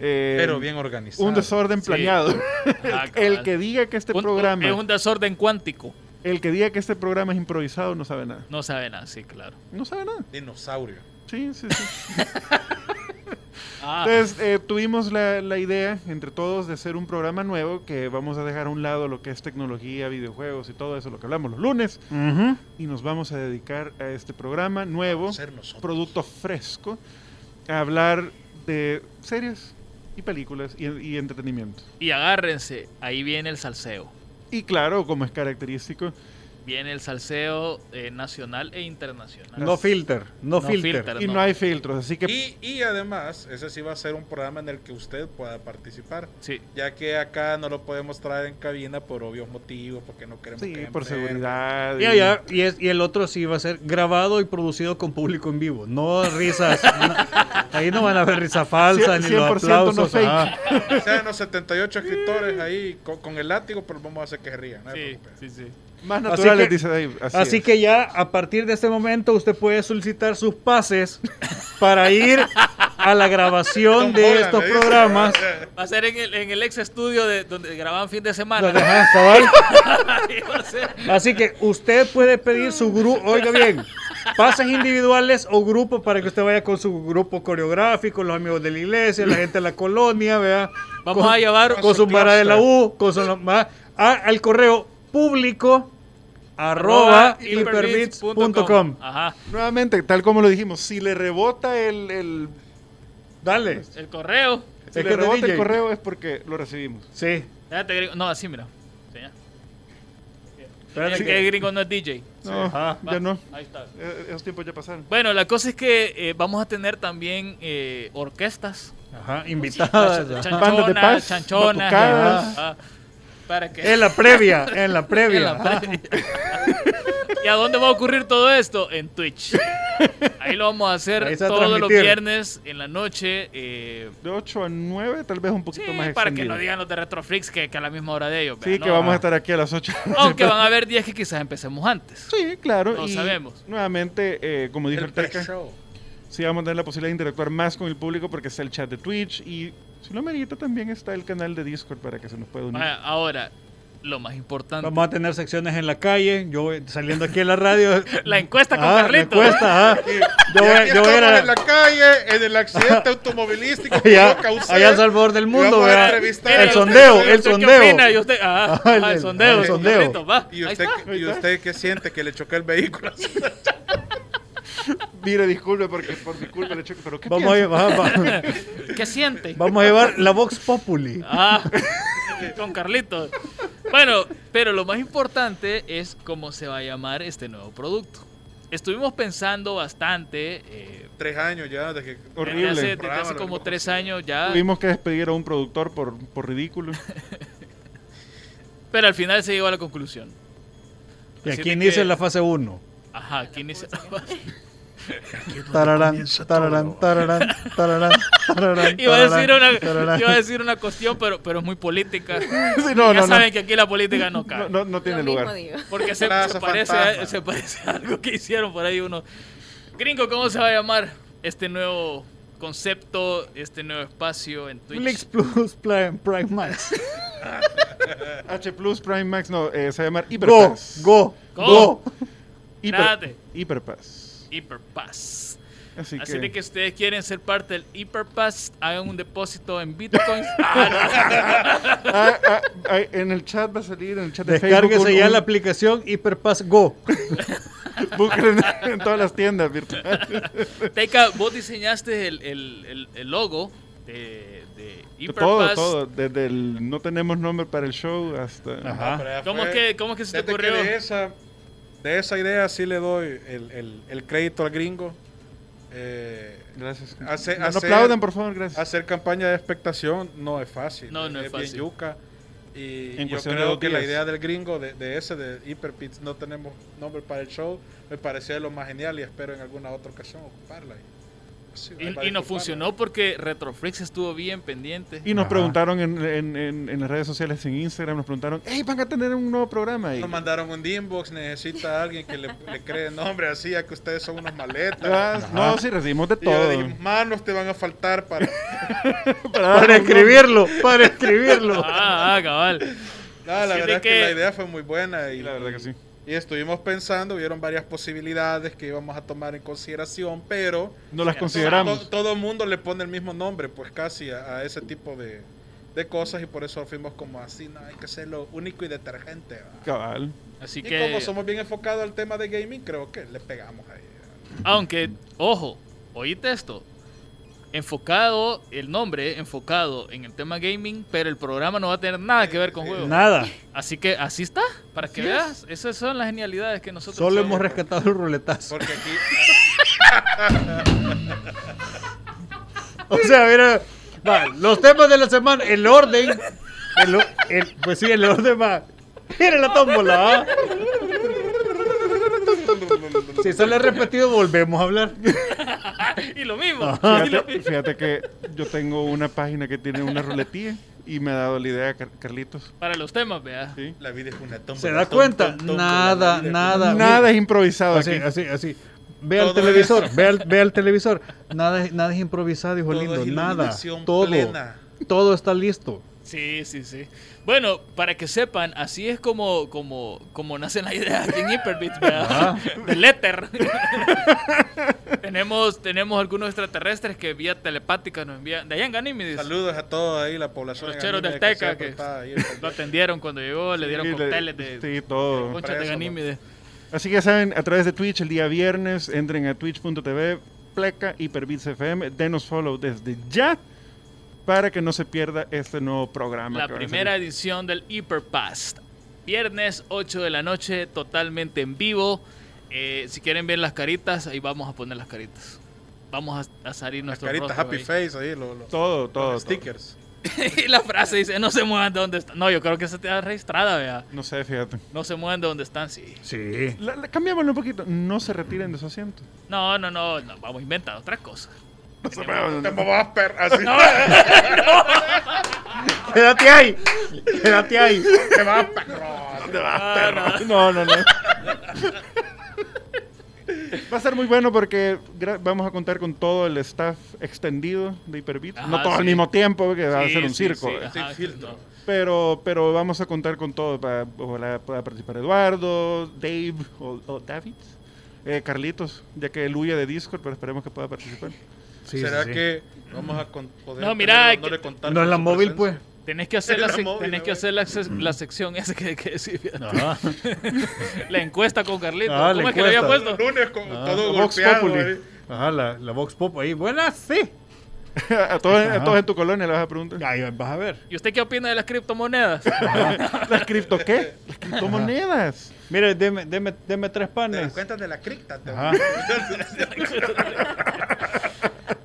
Speaker 3: Eh,
Speaker 5: Pero bien organizado.
Speaker 3: Un desorden
Speaker 2: Sí.
Speaker 3: planeado.
Speaker 5: [laughs]
Speaker 2: Ah,
Speaker 3: [laughs] El
Speaker 2: cabal.
Speaker 3: que diga que este
Speaker 2: Un-
Speaker 3: programa,
Speaker 2: Es un desorden cuántico.
Speaker 3: el que diga que este programa es improvisado no sabe nada.
Speaker 2: No sabe nada, sí, claro.
Speaker 3: No sabe nada.
Speaker 5: Dinosaurio.
Speaker 3: Sí, sí, sí.
Speaker 2: Ah,
Speaker 3: Entonces eh, tuvimos la, la idea entre todos de hacer un programa nuevo que vamos a dejar a un lado lo que es tecnología, videojuegos y todo eso, lo que hablamos los lunes,
Speaker 6: Ujú.
Speaker 3: y nos vamos a dedicar a este programa nuevo,
Speaker 5: Ser nosotros.
Speaker 3: producto fresco, a hablar de series y películas y, y entretenimiento.
Speaker 2: y agárrense, ahí viene el salseo.
Speaker 3: Y claro, como es característico,
Speaker 2: Viene el salseo eh, nacional e internacional.
Speaker 6: No filter,
Speaker 2: No
Speaker 6: no, filter.
Speaker 2: filter.
Speaker 3: y no
Speaker 2: no.
Speaker 3: hay filtros, así que
Speaker 5: Y, y además, ese sí va a ser un programa en el que usted pueda participar.
Speaker 2: Sí,
Speaker 5: Ya que acá no lo podemos traer en cabina por obvios motivos, porque no queremos
Speaker 3: sí,
Speaker 5: que
Speaker 3: por
Speaker 5: enferme.
Speaker 3: seguridad.
Speaker 6: Y, allá- y es- y el otro sí va a ser grabado y producido con público en vivo. No risas. [laughs] no- ahí no van a haber risas falsas ni
Speaker 3: 100%
Speaker 6: los
Speaker 3: no
Speaker 6: aplausos.
Speaker 3: fake.
Speaker 6: ajá.
Speaker 5: O sea, los 78 escritores ahí con, con el látigo, pero vamos a hacer que rían. no se
Speaker 2: sí,
Speaker 5: preocupe.
Speaker 2: sí, sí.
Speaker 3: Más
Speaker 6: Así
Speaker 3: naturales,
Speaker 6: que-
Speaker 3: dice Dave. Así,
Speaker 6: Así
Speaker 3: es.
Speaker 6: que ya a partir de este momento usted puede solicitar sus pases para ir a la grabación
Speaker 5: Tom
Speaker 6: de
Speaker 5: Holland,
Speaker 6: estos
Speaker 5: le dice,
Speaker 3: [laughs]
Speaker 6: programas.
Speaker 2: Va a ser en el, en el ex estudio de, donde grababan fin de semana. [laughs]
Speaker 6: Ajá, cabal.
Speaker 2: Ahí va a
Speaker 3: [laughs]
Speaker 2: ser.
Speaker 6: Así que usted puede pedir su grupo, oiga bien, pases individuales o grupo para que usted vaya con su grupo coreográfico, los amigos de la iglesia, la gente de la colonia, vea.
Speaker 2: Vamos
Speaker 6: Con-
Speaker 2: a llevar
Speaker 6: con su
Speaker 5: su
Speaker 6: vara de la
Speaker 5: clúster.
Speaker 6: U, con su a- al correo público arroba hiperbeats.com.
Speaker 2: Ajá,
Speaker 3: Nuevamente, tal como lo dijimos, si le rebota el- el
Speaker 6: Dale.
Speaker 2: el correo.
Speaker 3: Si le
Speaker 6: Es que es de
Speaker 3: rebota el
Speaker 6: DJ.
Speaker 3: correo es porque lo recibimos.
Speaker 6: Sí.
Speaker 2: Espérate, gringo. No, así, mira. Señal.
Speaker 6: Espérate
Speaker 2: Es que el
Speaker 6: que-
Speaker 2: gringo no es DJ.
Speaker 3: No,
Speaker 6: Ajá.
Speaker 2: Ah, Va,
Speaker 3: ya no.
Speaker 2: Ahí está.
Speaker 3: Eh, Esos tiempos ya pasaron.
Speaker 2: Bueno, la cosa es que eh, vamos a tener también eh, orquestas.
Speaker 6: Ajá, invitadas.
Speaker 2: Ch-
Speaker 6: ajá.
Speaker 3: Ah, Bandas de
Speaker 2: Chanchonas,
Speaker 3: paz,
Speaker 2: chanchonas.
Speaker 3: batucadas.
Speaker 2: ah, Para que.
Speaker 6: En la previa, en la
Speaker 2: [laughs]
Speaker 6: previa.
Speaker 2: en la
Speaker 6: ajá.
Speaker 2: playa. ¿Y a dónde va a ocurrir todo esto? En Twitch. Ahí lo vamos a hacer
Speaker 6: Ahí se va a
Speaker 2: todos los
Speaker 6: transmitir.
Speaker 2: viernes en la noche. eh,
Speaker 3: De 8 a 9, tal vez un poquito
Speaker 2: sí,
Speaker 3: más extendido.
Speaker 2: para que no digan los de Retroflix que, que a la misma hora de ellos.
Speaker 3: Sí,
Speaker 2: ¿verdad?
Speaker 3: que
Speaker 2: No,
Speaker 3: vamos a
Speaker 2: ah.
Speaker 3: estar aquí a
Speaker 2: [laughs]
Speaker 3: las 8.
Speaker 2: Aunque van a haber días que quizás empecemos antes.
Speaker 3: Sí, claro.
Speaker 2: No
Speaker 3: y
Speaker 2: sabemos.
Speaker 3: Nuevamente, eh, como dijo
Speaker 5: El
Speaker 3: el Teca,
Speaker 5: pre-show.
Speaker 3: sí vamos a tener la posibilidad de interactuar más con el público porque está el chat de Twitch y, si no merita, también está el canal de Discord para que se nos pueda unir.
Speaker 2: Ah, Ahora, lo más importante.
Speaker 6: Vamos a tener secciones en la calle. Yo voy saliendo aquí en la radio.
Speaker 2: [laughs] La encuesta con
Speaker 6: Ah, la
Speaker 2: Carlito. [laughs]
Speaker 6: encuesta, ajá. Yo
Speaker 5: Y
Speaker 6: voy,
Speaker 5: aquí
Speaker 6: yo voy a ir
Speaker 5: estamos
Speaker 6: a-
Speaker 5: en la calle, en
Speaker 6: [laughs]
Speaker 5: el accidente automovilístico que
Speaker 6: allá,
Speaker 5: yo causé.
Speaker 6: allá al Salvador del
Speaker 5: Y
Speaker 6: mundo.
Speaker 5: vamos a
Speaker 6: vea.
Speaker 5: entrevistar
Speaker 2: Mira,
Speaker 6: El
Speaker 2: ¿y usted-
Speaker 6: sondeo,
Speaker 2: usted
Speaker 6: el
Speaker 2: qué
Speaker 6: sondeo.
Speaker 2: opina? Y usted- ah,
Speaker 6: [laughs] Ah,
Speaker 2: ah,
Speaker 6: el-
Speaker 2: el sondeo.
Speaker 6: el
Speaker 2: sí,
Speaker 6: sondeo.
Speaker 2: Carlito, va.
Speaker 5: ¿Y
Speaker 2: Ahí
Speaker 5: usted,
Speaker 2: está.
Speaker 5: ¿Y usted qué siente? ¿Que le chocó el vehículo?
Speaker 3: Mire, disculpe, porque por mi culpa le choque, pero ¿qué
Speaker 6: Vamos a,
Speaker 3: piensa?
Speaker 6: llevar, va-
Speaker 2: ¿Qué siente?
Speaker 6: vamos a llevar la Vox Populi.
Speaker 2: Ah, [laughs] con Carlitos. Bueno, pero lo más importante es cómo se va a llamar este nuevo producto. Estuvimos pensando bastante. eh,
Speaker 5: Tres años ya, desde que.
Speaker 3: Horrible.
Speaker 2: Desde hace, desde
Speaker 5: Bravo,
Speaker 2: hace
Speaker 5: lo
Speaker 2: como
Speaker 5: que
Speaker 2: tres
Speaker 5: pasó.
Speaker 2: años ya.
Speaker 3: Tuvimos que despedir a un productor por, por ridículo.
Speaker 2: Pero al final se llegó a la conclusión.
Speaker 6: Y
Speaker 2: Así
Speaker 6: aquí
Speaker 2: pues de
Speaker 6: inicia
Speaker 2: que-
Speaker 6: la fase 1.
Speaker 2: Ajá, ¿quién es? [laughs]
Speaker 6: Tararán, tararán, tararán, tararán,
Speaker 2: [laughs]
Speaker 6: tararán.
Speaker 2: iba, a decir
Speaker 6: tararán,
Speaker 2: una,
Speaker 6: tararán. [laughs]
Speaker 2: iba a decir una cuestión, pero, pero es muy política.
Speaker 3: Sí, no,
Speaker 2: ya
Speaker 3: no, no.
Speaker 2: saben que aquí la política no cae.
Speaker 3: No, no, no tiene
Speaker 4: Lo mismo
Speaker 3: lugar.
Speaker 4: digo.
Speaker 2: Porque se,
Speaker 5: Plaza
Speaker 2: se parece
Speaker 5: fantasma.
Speaker 2: a, se parece a algo que hicieron por ahí uno. Gringo, ¿cómo se va a llamar este nuevo concepto, este nuevo espacio en Twitch?
Speaker 6: Flix Plus Prime, Prime
Speaker 2: [laughs]
Speaker 6: Max.
Speaker 3: H Plus Prime Max, no, eh, se va a llamar
Speaker 6: Go,
Speaker 3: Hyperpass.
Speaker 6: go,
Speaker 2: Go.
Speaker 6: go.
Speaker 3: Hiper-
Speaker 2: Espérate.
Speaker 3: Hyperpass.
Speaker 2: Hyperpass.
Speaker 3: Así,
Speaker 2: Así
Speaker 3: que,
Speaker 2: de que si ustedes quieren ser parte del Hyperpass, hagan un depósito en
Speaker 3: [laughs]
Speaker 2: bitcoins. Ah,
Speaker 3: [laughs] Ah, ah, ah, en el chat va a salir, en el chat de Facebook.
Speaker 6: Descárguese
Speaker 3: un-
Speaker 6: ya
Speaker 3: un- [laughs]
Speaker 6: la aplicación Hyperpass Go.
Speaker 3: Busquen en, en todas las tiendas virtuales.
Speaker 2: no. Teca, vos diseñaste el, el- el- el logo de, de
Speaker 3: De
Speaker 2: Hyperpass.
Speaker 3: todo, todo. Desde el no tenemos nombre para el show hasta.
Speaker 5: No, Ah. pero ya
Speaker 2: ¿Cómo,
Speaker 5: fue.
Speaker 2: es que, ¿Cómo es que se te
Speaker 5: Fíjate que
Speaker 2: ocurrió?
Speaker 5: de, esa, de esa idea sí le doy el, el- el crédito al gringo. Eh,
Speaker 3: Gracias.
Speaker 5: Hace-
Speaker 3: no, no
Speaker 5: hacer-
Speaker 3: aplaudan, por favor, gracias.
Speaker 5: hacer campaña de expectación no es fácil.
Speaker 2: No, no es
Speaker 5: bien
Speaker 2: fácil.
Speaker 5: yuca. Y
Speaker 3: En
Speaker 5: yo
Speaker 3: cuestión de
Speaker 5: creo
Speaker 3: dos
Speaker 5: que la
Speaker 3: días.
Speaker 5: idea del gringo de, de ese, de Hyperpits, no tenemos nombre para el show, me pareció de lo más genial y espero en alguna otra ocasión ocuparla. Y, sí,
Speaker 2: Y- y
Speaker 5: ahí va
Speaker 2: no
Speaker 5: disculparme.
Speaker 2: funcionó porque Retroflix estuvo bien pendiente.
Speaker 3: Y nos
Speaker 6: Ajá.
Speaker 3: preguntaron en, en- en- en las redes sociales, en Instagram, nos preguntaron, hey, van a tener un nuevo programa. Y,
Speaker 5: Nos mandaron un inbox, necesita a alguien que le, le cree nombre así, a que ustedes son unos
Speaker 3: Ah,
Speaker 5: maletas.
Speaker 3: no, sí, recibimos de
Speaker 5: Y yo
Speaker 3: todo. Ah,
Speaker 5: dije, manos te van a faltar para...
Speaker 3: Para dar
Speaker 6: Para
Speaker 3: un nombre.
Speaker 6: [laughs] escribirlo, para escribirlo.
Speaker 2: Ah, ah, cabal.
Speaker 5: No, la
Speaker 2: Así de
Speaker 5: verdad es que...
Speaker 2: que-
Speaker 5: la idea fue muy buena y,
Speaker 3: Sí, la verdad que sí.
Speaker 5: y estuvimos pensando, vieron varias posibilidades que íbamos a tomar en consideración, pero
Speaker 3: No las
Speaker 5: to-
Speaker 3: consideramos.
Speaker 5: todo el mundo le pone el mismo nombre, pues casi a, a ese tipo de, de cosas y por eso fuimos como así, no, hay que serlo único y detergente. ¿va?
Speaker 3: Cabal.
Speaker 2: Así
Speaker 5: Y
Speaker 2: que,
Speaker 5: como somos bien enfocados al tema de gaming, creo que le pegamos ahí. ¿va?
Speaker 2: aunque, ojo, oíste esto. Enfocado, el nombre enfocado en el tema gaming, pero el programa no va a tener nada que ver con juegos.
Speaker 6: Eh, Nada.
Speaker 2: Así que así está, para que veas. Esas son las genialidades que nosotros
Speaker 6: Solo
Speaker 2: somos.
Speaker 6: hemos rescatado el ruletazo.
Speaker 5: Porque aquí... [laughs]
Speaker 6: O sea, mira, va, los temas de la semana, el orden. el o- el- pues sí, el orden va. Mira la tómbola. ¿ah? Si sale repetido, volvemos a hablar.
Speaker 2: [laughs] Y lo mismo. y lo
Speaker 3: Fíjate,
Speaker 2: mismo.
Speaker 3: fíjate que yo tengo una página que tiene una ruletilla y me ha dado la idea, Car- Carlitos.
Speaker 2: Para los temas, vea.
Speaker 3: Sí.
Speaker 5: La vida es una tómbola.
Speaker 6: ¿Se da
Speaker 5: tom,
Speaker 6: cuenta?
Speaker 5: tom, tómbola,
Speaker 6: Nada,
Speaker 5: la vida es
Speaker 6: nada.
Speaker 3: Nada es improvisado
Speaker 6: Así,
Speaker 3: aquí.
Speaker 6: así, así. Ve al
Speaker 5: Todo es-
Speaker 6: televisor, ve al, ve al televisor. Nada, es- nada es improvisado, hijo
Speaker 5: Todo es
Speaker 6: lindo. Nada.
Speaker 5: iluminación
Speaker 6: Todo.
Speaker 5: plena.
Speaker 6: Todo está listo.
Speaker 2: Sí, sí, sí. Bueno, para que sepan, así es como, como, como nacen las ideas aquí en Hyperbeat, ¿verdad? [laughs] Del éter. tenemos, tenemos algunos extraterrestres que vía telepática nos envían. De allá en Ganímedes.
Speaker 5: Saludos a todos ahí, la población.
Speaker 2: Los
Speaker 5: en
Speaker 2: cheros del
Speaker 5: Anímez que se
Speaker 2: Teca
Speaker 5: ha
Speaker 2: que
Speaker 5: portado ahí.
Speaker 2: lo atendieron cuando llegó, le dieron
Speaker 3: Sí,
Speaker 2: cócteles de
Speaker 3: sí, todo.
Speaker 2: conchas de
Speaker 5: Preso,
Speaker 2: Ganímedes.
Speaker 3: Así que ya saben, a través de Twitch el día viernes, entren a twitch.tv, pleca Hyperbits FM, denos follow desde ya para que no se pierda este nuevo programa.
Speaker 2: La
Speaker 3: que van a
Speaker 2: primera
Speaker 3: salir.
Speaker 2: edición del Hyperpast. Viernes 8 de la noche, totalmente en vivo. Eh, si quieren ver las caritas, ahí vamos a poner las caritas. Vamos a, a salir
Speaker 5: Las
Speaker 2: nuestro
Speaker 5: caritas Happy Face ahí, los, los-
Speaker 3: Todo, todo.
Speaker 5: los
Speaker 3: todo.
Speaker 5: stickers.
Speaker 2: [laughs] y la frase dice, no se muevan de donde están. No, yo creo que esa está registrada, vea.
Speaker 3: No sé, fíjate.
Speaker 2: No se muevan de donde están, sí.
Speaker 6: Sí.
Speaker 3: La, la- cambiémoslo un poquito. No se retiren de su asiento.
Speaker 2: No, no, no, no, vamos a inventar otras cosas.
Speaker 3: Pues, No eh, se muevan.
Speaker 5: Te mamás, perra, así.
Speaker 3: eh.
Speaker 6: Quédate ahí. Quédate ahí.
Speaker 5: Te mamás, perro.
Speaker 3: No, no, no. Va a ser muy bueno porque gra- vamos a contar con todo el staff extendido de Hyperbits.
Speaker 2: Ajá,
Speaker 3: No todo al
Speaker 2: sí.
Speaker 3: mismo tiempo, porque va a
Speaker 2: Sí,
Speaker 3: ser un
Speaker 2: sí,
Speaker 3: circo.
Speaker 2: sí,
Speaker 3: ¿eh?
Speaker 2: ajá,
Speaker 5: Sin filtro.
Speaker 2: no.
Speaker 3: Pero, pero vamos a contar con todo. Para, ojalá pueda participar Eduardo, Dave o, o David. Eh, Carlitos, ya que él huye de Discord, pero esperemos que pueda participar.
Speaker 6: Sí,
Speaker 5: ¿Será
Speaker 6: sí, sí.
Speaker 5: que vamos a con- poder
Speaker 2: No, mira,
Speaker 5: tener el honor
Speaker 2: que-
Speaker 5: de contar
Speaker 6: No es
Speaker 5: con
Speaker 6: la
Speaker 5: su
Speaker 6: móvil, pues.
Speaker 5: presencia?
Speaker 2: Tenés que hacer, la,
Speaker 5: Era
Speaker 2: sec-
Speaker 5: móvil,
Speaker 2: tenés que
Speaker 5: güey.
Speaker 2: hacer la, ses- la sección esa que, que decía.
Speaker 6: Ajá.
Speaker 2: [laughs] La encuesta con Carlitos.
Speaker 6: Ah, la
Speaker 2: ¿Cómo es que le había
Speaker 6: encuesta.
Speaker 2: puesto?
Speaker 6: Ah, pues.
Speaker 5: Lunes con todo
Speaker 3: Vox
Speaker 5: golpeado. eh.
Speaker 3: Populi.
Speaker 5: ahí.
Speaker 6: Ajá, la, la Vox Pop ahí. Buenas, sí.
Speaker 3: a, todos, a
Speaker 6: Ajá.
Speaker 3: todos en tu colonia le vas a preguntar.
Speaker 6: Ahí vas a ver.
Speaker 2: ¿Y usted qué opina de las
Speaker 6: [laughs]
Speaker 2: criptomonedas?
Speaker 3: ¿Las cripto qué? ¿Las criptomonedas?
Speaker 6: Mire, deme, deme, deme tres
Speaker 5: Te das
Speaker 6: panes.
Speaker 5: cuenta de la cripta. te-
Speaker 6: Ajá.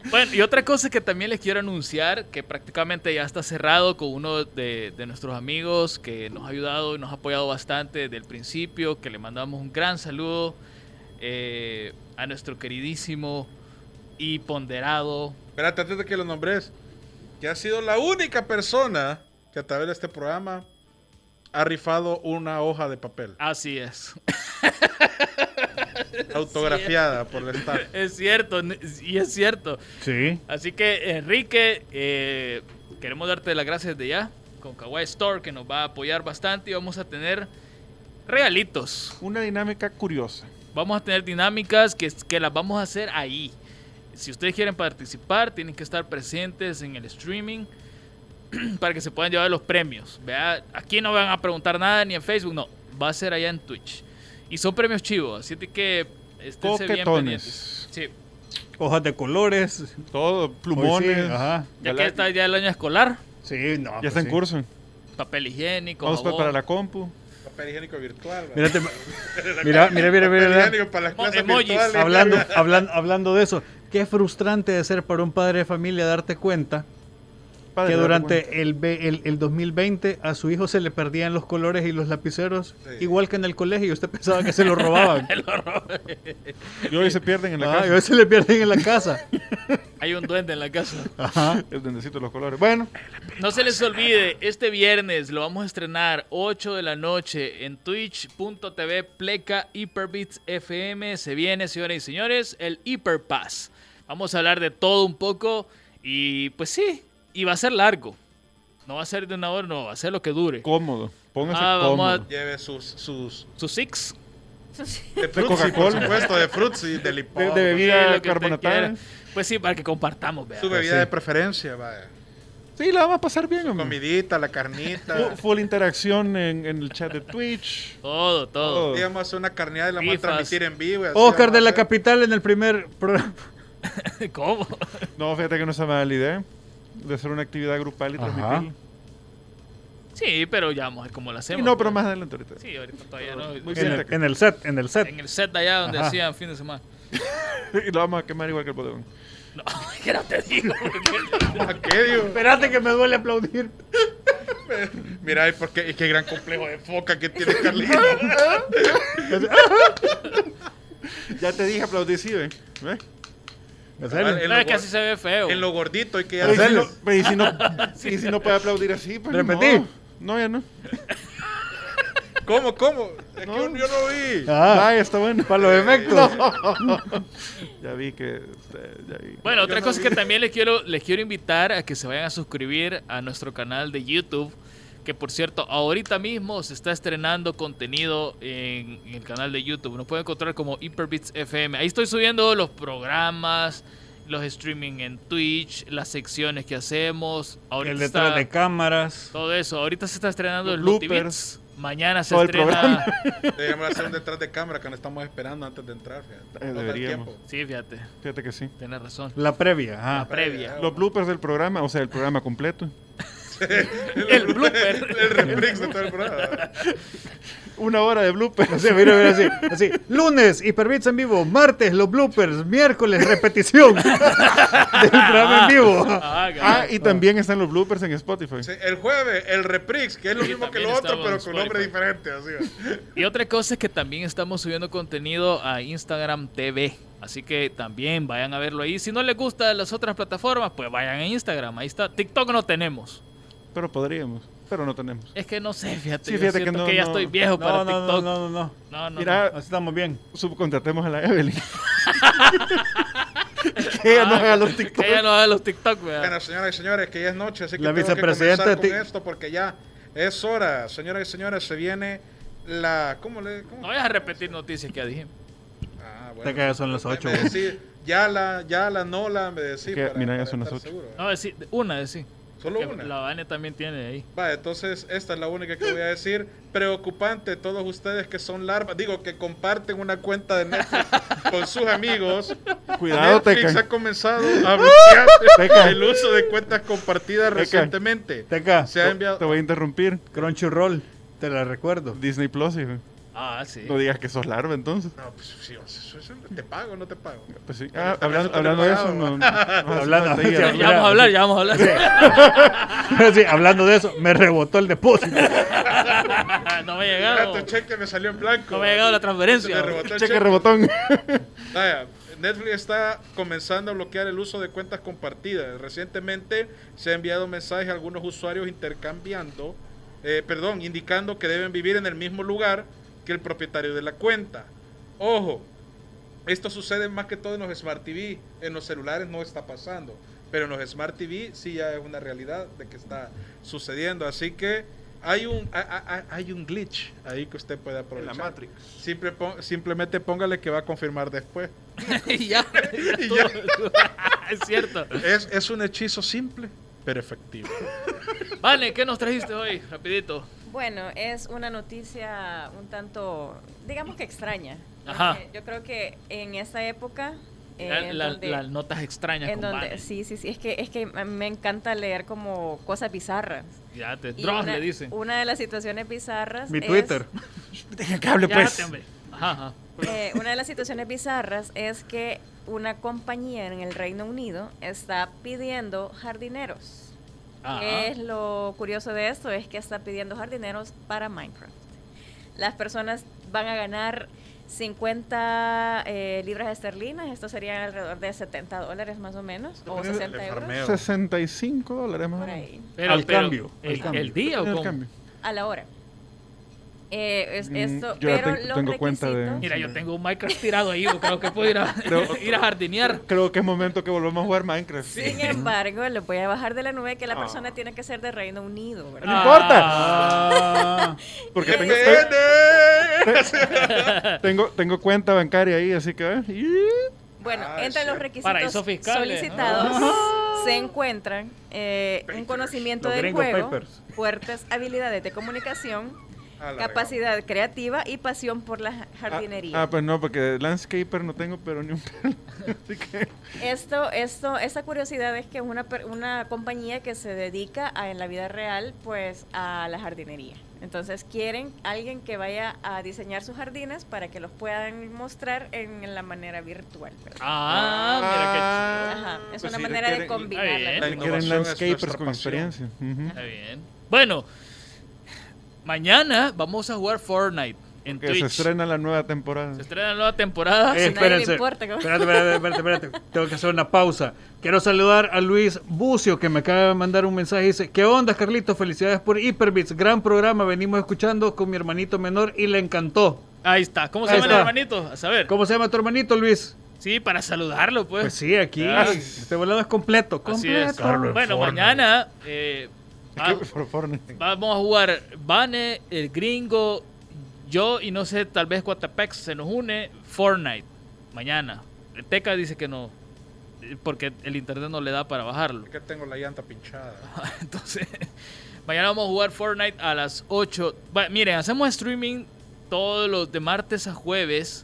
Speaker 2: Bueno, y otra cosa que también les quiero anunciar, que prácticamente ya está cerrado con uno de, de nuestros amigos que nos ha ayudado y nos ha apoyado bastante desde el principio, que le mandamos un gran saludo eh, a nuestro queridísimo y ponderado.
Speaker 5: [laughs] Espérate, antes de que lo nombres, que ha sido la única persona que a través de este programa ha rifado una hoja de papel
Speaker 2: Así es.
Speaker 5: autografiada por el staff.
Speaker 2: Es cierto, n- y es cierto.
Speaker 6: Sí.
Speaker 2: Así que, Enrique, eh, queremos darte las gracias de ya con Kawaii Store, que nos va a apoyar bastante y vamos a tener regalitos.
Speaker 3: Una dinámica curiosa.
Speaker 2: Vamos a tener dinámicas que, que las vamos a hacer ahí. Si ustedes quieren participar, tienen que estar presentes en el streaming [clears throat] para que se puedan llevar los premios. Vea, Aquí no van a preguntar nada ni en Facebook, no. Va a ser allá en Twitch. Y son premios chivos, así que esténse bien pendientes.
Speaker 3: Coquetones.
Speaker 2: Sí.
Speaker 6: Hojas de colores.
Speaker 3: Todo,
Speaker 6: Hoy
Speaker 3: plumones.
Speaker 6: sí, Ajá.
Speaker 2: Ya que
Speaker 3: Gala-
Speaker 2: está ya el año escolar,
Speaker 6: Sí, no.
Speaker 3: Ya
Speaker 6: Ah, pues
Speaker 3: está en
Speaker 6: sí.
Speaker 3: curso.
Speaker 2: papel higiénico,
Speaker 3: Vamos pa-
Speaker 2: jabón.
Speaker 3: para la compu.
Speaker 5: [laughs] Papel higiénico virtual.
Speaker 6: Mira, te- mira, mira, mira,
Speaker 5: Papel
Speaker 6: mira, mira.
Speaker 5: higiénico para las
Speaker 2: Mo-
Speaker 5: clases
Speaker 2: emojis.
Speaker 5: virtuales.
Speaker 6: Hablando, hablan- hablando de eso, qué frustrante de ser para un padre de familia darte cuenta
Speaker 3: Padre,
Speaker 6: que
Speaker 3: date cuenta.
Speaker 6: durante el, ve- el, el 2020 a su hijo se le perdían los colores y los lapiceros,
Speaker 5: Sí.
Speaker 6: igual que en el colegio, usted pensaba que se lo robaban.
Speaker 3: Y hoy se pierden en la
Speaker 6: Ah, y a
Speaker 3: casa.
Speaker 6: veces le pierden en la casa.
Speaker 2: Hay un duende en la casa.
Speaker 6: Ajá.
Speaker 3: El duendecito de los colores. Bueno,
Speaker 2: No se les olvide, este viernes lo vamos a estrenar 8 de la noche en twitch.tv pleca hyperbits FM. Se viene, señoras y señores, el Hyperpass. Vamos a hablar de todo un poco y pues sí, y va a ser largo. No va a ser de una hora, no, va a ser lo que dure.
Speaker 3: cómodo. Póngase
Speaker 2: Ah, vamos
Speaker 3: cómodo.
Speaker 2: a-
Speaker 5: Lleve sus, sus
Speaker 2: Su
Speaker 3: Eh,
Speaker 2: six,
Speaker 5: de por
Speaker 3: Coca-Cola.
Speaker 5: supuesto, de Fruitsy, de limón.
Speaker 3: De- de
Speaker 2: sí,
Speaker 3: bebida
Speaker 2: lo que usted
Speaker 3: carbonatada.
Speaker 2: quiera. Pues sí, para que compartamos, vea.
Speaker 5: Su bebida de preferencia, vaya.
Speaker 3: Sí, la vamos a pasar bien, hombre.
Speaker 5: Comidita, la carnita.
Speaker 3: Mm. Fu- Full interacción en, en el chat de Twitch.
Speaker 2: Todo, todo.
Speaker 3: Todo.
Speaker 5: Íbamos a hacer una carneada y la vamos a
Speaker 2: Rifas.
Speaker 5: transmitir en vivo. y así ¿eh?
Speaker 6: Oscar
Speaker 5: vamos
Speaker 6: de
Speaker 5: a
Speaker 6: la
Speaker 5: hacer.
Speaker 6: capital en el primer programa.
Speaker 2: [laughs] ¿Cómo?
Speaker 3: No, fíjate que no está mala idea de hacer una actividad grupal y
Speaker 6: Ajá.
Speaker 3: transmitirla.
Speaker 2: Sí, pero ya vamos a ver cómo lo
Speaker 3: Y
Speaker 2: hacemos. pues.
Speaker 3: no, pero más adelante ahorita.
Speaker 2: Sí, ahorita todavía no.
Speaker 3: Muy
Speaker 6: En
Speaker 3: bien.
Speaker 6: el, en el set, en el set.
Speaker 2: En el set de allá donde
Speaker 6: Ajá.
Speaker 2: hacían fin de semana.
Speaker 3: [laughs] Y lo vamos a quemar igual que el bodegón.
Speaker 2: No, que no te [laughs] digo.
Speaker 5: [laughs] ¿A qué, digo?
Speaker 6: Espérate que me duele aplaudir.
Speaker 5: Mira, ¿y, por qué? y qué gran complejo de foca que tiene Carlito.
Speaker 3: Ya te dije aplaudir, sí, ¿ve? ¿Ve?
Speaker 5: Vale, en
Speaker 2: No,
Speaker 5: lo
Speaker 2: es que
Speaker 5: gor-
Speaker 2: así se ve feo.
Speaker 5: En lo gordito y que
Speaker 3: Pero ¿Y si
Speaker 5: hacerlo.
Speaker 3: no- pero ¿Y si no, y si no puede aplaudir así? Pues, ni
Speaker 6: Repetí.
Speaker 3: modo. No, ya no.
Speaker 5: ¿Cómo, cómo? Es
Speaker 3: No.
Speaker 5: que yo, yo no vi.
Speaker 6: Ah,
Speaker 3: Ah, está bueno.
Speaker 6: para los efectos.
Speaker 3: Ya vi que... eh, Ya vi.
Speaker 2: Bueno, otra
Speaker 5: no
Speaker 2: cosa
Speaker 5: vi.
Speaker 2: que también les quiero, les quiero invitar a que se vayan a suscribir a nuestro canal de YouTube. Que por cierto, ahorita mismo se está estrenando contenido en, en el canal de YouTube. Nos pueden encontrar como Hyperbits FM. Ahí estoy subiendo los programas, los streaming en Twitch, las secciones que hacemos. Ahorita
Speaker 6: el
Speaker 2: está
Speaker 6: detrás de cámaras.
Speaker 2: todo eso. Ahorita se está estrenando
Speaker 3: Los
Speaker 2: el
Speaker 3: bloopers.
Speaker 2: Lootybits. Mañana se
Speaker 3: Todo el
Speaker 2: estrena.
Speaker 3: programa.
Speaker 5: Deberíamos hacer un detrás de cámara que no estamos esperando antes de entrar. fíjate.
Speaker 3: Eh,
Speaker 5: No da
Speaker 3: deberíamos.
Speaker 5: tiempo.
Speaker 2: [laughs] Sí, fíjate,
Speaker 3: Fíjate que sí.
Speaker 2: tienes razón.
Speaker 6: La previa. ajá.
Speaker 2: Previa.
Speaker 3: Los bloopers del programa, o sea, el programa completo.
Speaker 2: El blooper.
Speaker 5: [laughs] El remix de todo el programa.
Speaker 3: Una hora de bloopers.
Speaker 6: Así, mira, mira, así, así. Lunes, Hiperbits en vivo. Martes, los bloopers. Miércoles, [laughs] repetición del programa en vivo.
Speaker 2: Ah,
Speaker 3: Ah,
Speaker 2: cabrón.
Speaker 3: y también están los bloopers en Spotify.
Speaker 5: Sí, el jueves, el reprix, que es lo
Speaker 2: Sí,
Speaker 5: mismo que
Speaker 2: también
Speaker 5: lo otro,
Speaker 2: estaba
Speaker 5: pero
Speaker 2: en
Speaker 5: con nombre
Speaker 2: Spotify.
Speaker 5: diferente. Así. va.
Speaker 2: Y otra cosa es que también estamos subiendo contenido a Instagram TV. Así que también vayan a verlo ahí. Si no les gustan las otras plataformas, pues vayan a Instagram. Ahí está. TikTok no tenemos.
Speaker 3: Pero podríamos. Pero no tenemos.
Speaker 2: Es que no sé, fíjate.
Speaker 3: Sí,
Speaker 2: yo
Speaker 3: fíjate que
Speaker 2: siento
Speaker 3: no,
Speaker 2: ya
Speaker 3: no.
Speaker 2: estoy viejo para
Speaker 6: No, no, no,
Speaker 2: TikTok. No,
Speaker 6: no, no, no.
Speaker 2: no, no.
Speaker 3: Mira,
Speaker 6: Así estamos bien.
Speaker 3: Subcontratemos a la Evelyn. que
Speaker 6: Ah,
Speaker 3: ella no haga los TikTok.
Speaker 2: Que ella no haga los TikTok, ¿verdad?
Speaker 5: Bueno, señoras y señores, que ya es noche, así que
Speaker 6: La
Speaker 5: tengo que
Speaker 6: vicepresidenta
Speaker 5: comenzar con
Speaker 6: de ti-
Speaker 5: esto porque ya es hora. Señoras y señores, se viene la... ¿Cómo le...? cómo?
Speaker 2: No vayas a repetir noticias que ya dije.
Speaker 5: Ah, bueno.
Speaker 6: Te que ya son las 8.
Speaker 5: Me decí, ya la, ya la, no la, me decís.
Speaker 3: Que, mira, ya son las
Speaker 5: estar
Speaker 3: ocho.
Speaker 5: seguro.
Speaker 2: No, decí- una, decir.
Speaker 5: Solo
Speaker 2: Que
Speaker 5: una.
Speaker 2: La Vane también tiene ahí.
Speaker 5: Va, entonces esta es la única que voy a decir. Preocupante, todos ustedes que son larvas, digo que comparten una cuenta de Netflix con sus amigos.
Speaker 3: Cuidado,
Speaker 5: Netflix
Speaker 3: Teca.
Speaker 5: ha comenzado
Speaker 3: [laughs]
Speaker 5: a bloquear
Speaker 3: Teca.
Speaker 5: el uso de cuentas compartidas recientemente.
Speaker 6: Teca,
Speaker 5: Se ha enviado.
Speaker 3: Te voy a interrumpir.
Speaker 6: Crunchyroll, te la recuerdo. [laughs]
Speaker 3: Disney Plus, hijo.
Speaker 2: Ah, sí.
Speaker 3: No digas que sos larva entonces.
Speaker 5: No, pues, sí, o sea, eso- eso- te pago, no te pago.
Speaker 3: Pues sí.
Speaker 5: Pero
Speaker 3: Ah,
Speaker 5: está-
Speaker 3: hablando,
Speaker 5: está
Speaker 3: hablando de eso,
Speaker 5: preparado,
Speaker 3: no, no hace
Speaker 6: Hablando-
Speaker 3: falta ir
Speaker 2: Ya,
Speaker 3: a-
Speaker 2: ya vamos a hablar, ya vamos a hablar.
Speaker 6: Sí, hablando de eso, me rebotó el
Speaker 2: [laughs]
Speaker 6: depósito.
Speaker 2: no me ha
Speaker 5: Ah,
Speaker 2: llegado.
Speaker 5: tu cheque me salió en blanco.
Speaker 2: No me ha llegado la
Speaker 5: Se te
Speaker 2: transferencia.
Speaker 5: rebotó el
Speaker 3: Cheque
Speaker 5: cheque.
Speaker 3: rebotón.
Speaker 5: Vaya, Netflix está comenzando a bloquear el uso de cuentas compartidas. Recientemente se ha enviado mensaje a algunos usuarios intercambiando, eh, perdón, indicando que deben vivir en el mismo lugar que el propietario de la cuenta. Ojo, esto sucede más que todo en los Smart TV, en los celulares no está pasando, pero en los Smart TV sí ya es una realidad de que está sucediendo. Así que hay un, ha- ha- ha- hay un glitch ahí que usted puede aprovechar. Simple pon- simplemente póngale que va a
Speaker 3: [laughs]
Speaker 5: confirmar después.
Speaker 2: [laughs] Y ya, ya
Speaker 5: Y
Speaker 2: todo. [laughs] es cierto.
Speaker 5: Es, es un hechizo simple,
Speaker 3: [laughs]
Speaker 5: pero efectivo.
Speaker 2: Vane, ¿qué nos trajiste hoy? Rapidito.
Speaker 4: Bueno, es una noticia un tanto, digamos que extraña.
Speaker 2: Ajá.
Speaker 4: Porque Yo creo que en esa época... eh,
Speaker 2: La- la-
Speaker 4: donde-
Speaker 2: las notas extrañas
Speaker 4: en
Speaker 2: con
Speaker 4: donde,
Speaker 2: Vane.
Speaker 4: sí, sí, sí, es que, es que a mí me encanta leer como cosas bizarras.
Speaker 2: Ya te
Speaker 4: Y
Speaker 2: drogas,
Speaker 4: una-
Speaker 2: le dicen.
Speaker 4: Una de las situaciones bizarras
Speaker 6: Mi
Speaker 4: es-
Speaker 6: Twitter.
Speaker 3: Dejen que hable,
Speaker 2: Ya,
Speaker 3: pues.
Speaker 2: te, hombre. Ajá, ajá.
Speaker 4: Eh, una de las situaciones bizarras es que una compañía en el Reino Unido está pidiendo jardineros.
Speaker 2: Ajá.
Speaker 4: ¿Qué es lo curioso de esto? Es que está pidiendo jardineros para Minecraft. Las personas van a ganar 50 eh, libras esterlinas, esto sería alrededor de 70 dólares más o menos, o 60 euros.
Speaker 3: 65 dólares más. o
Speaker 4: Por
Speaker 3: menos.
Speaker 4: ahí,
Speaker 2: Pero,
Speaker 6: al
Speaker 2: pero,
Speaker 6: cambio, al
Speaker 2: El,
Speaker 6: cambio.
Speaker 2: el día o
Speaker 3: En el
Speaker 2: cómo?
Speaker 3: cambio.
Speaker 4: a la hora. Eh, es
Speaker 3: Mm,
Speaker 4: esto,
Speaker 3: yo ya
Speaker 4: pero
Speaker 3: tengo-
Speaker 4: los
Speaker 3: tengo cuenta de-
Speaker 4: requisitos-
Speaker 2: Mira, yo tengo un Minecraft tirado ahí, yo creo que puedo ir a,
Speaker 3: Creo-
Speaker 2: [laughs] ir a jardinear.
Speaker 3: Creo que es momento que volvamos a jugar Minecraft.
Speaker 4: Sin embargo, les voy a bajar de la nube que la
Speaker 3: Ah.
Speaker 4: persona tiene que ser de Reino Unido, ¿verdad?
Speaker 3: No importa.
Speaker 6: Ah,
Speaker 3: Porque
Speaker 5: ¡Qué
Speaker 3: tengo,
Speaker 4: [laughs]
Speaker 3: tengo, tengo cuenta bancaria ahí, así que... eh, y-
Speaker 4: Bueno,
Speaker 5: Ah,
Speaker 4: entre
Speaker 5: sí.
Speaker 4: los requisitos
Speaker 2: Paraíso fiscal, ¿eh?
Speaker 4: solicitados se encuentran eh, un conocimiento
Speaker 6: Los
Speaker 4: del
Speaker 6: gringos
Speaker 4: juego,
Speaker 6: papers.
Speaker 4: fuertes habilidades de comunicación,
Speaker 5: Ah, la
Speaker 4: capacidad creativa y pasión por la
Speaker 3: Ah,
Speaker 4: jardinería.
Speaker 3: ah, pues no, porque landscaper no tengo, pero ni un pelo. Así que...
Speaker 4: Esto, esto, esta curiosidad es que es una, per- una compañía que se dedica a, en la vida real, pues, a la jardinería. Entonces quieren alguien que vaya a diseñar sus jardines para que los puedan mostrar en la manera virtual. pues. ¿verdad?
Speaker 2: Ah, mira qué chido.
Speaker 4: Ajá, es
Speaker 5: Pues
Speaker 4: una
Speaker 5: sí,
Speaker 4: manera de
Speaker 5: requieren-
Speaker 4: combinar.
Speaker 2: Ah, bien.
Speaker 4: la
Speaker 5: La
Speaker 4: tecnología.
Speaker 3: Quieren
Speaker 5: innovación es
Speaker 3: landscapers
Speaker 5: nuestra
Speaker 3: con
Speaker 5: pasión.
Speaker 3: experiencia. ujú.
Speaker 2: Está bien. Bueno, mañana vamos a jugar Fortnite en
Speaker 3: Que
Speaker 2: Twitch.
Speaker 3: se estrena la nueva temporada.
Speaker 2: Se estrena la nueva
Speaker 6: [laughs]
Speaker 2: temporada.
Speaker 6: eh,
Speaker 4: nadie le
Speaker 6: espérense.
Speaker 4: importa, ¿cómo?
Speaker 6: Espérate, espérate, espérate,
Speaker 4: [laughs]
Speaker 6: espérate. Tengo que hacer una pausa. Quiero saludar a Luis Bucio, que me acaba de mandar un mensaje. Dice: ¿Qué onda, Carlitos? Felicidades por Hyperbits. Gran programa. Venimos escuchando con mi hermanito menor y le encantó.
Speaker 2: Ahí está. ¿Cómo se
Speaker 6: Ahí
Speaker 2: llama el
Speaker 6: está.
Speaker 2: hermanito? A saber.
Speaker 6: ¿Cómo se llama tu hermanito, Luis?
Speaker 2: Sí, para saludarlo, pues.
Speaker 6: Pues sí, aquí.
Speaker 2: Ah.
Speaker 6: Este volado es completo.
Speaker 2: Así
Speaker 6: completo.
Speaker 2: es. Bueno, mañana eh, va-
Speaker 3: Es que Ah. por Fortnite.
Speaker 2: vamos a jugar Vane, el gringo, yo y no sé, tal vez Cuatapex se nos une Fortnite mañana. El Teca dice que no, eh, porque el internet no le da para bajarlo.
Speaker 5: Es que tengo la llanta pinchada.
Speaker 2: [laughs] Entonces, mañana vamos a jugar Fortnite a las 8. Va, miren, hacemos streaming todos los de martes a jueves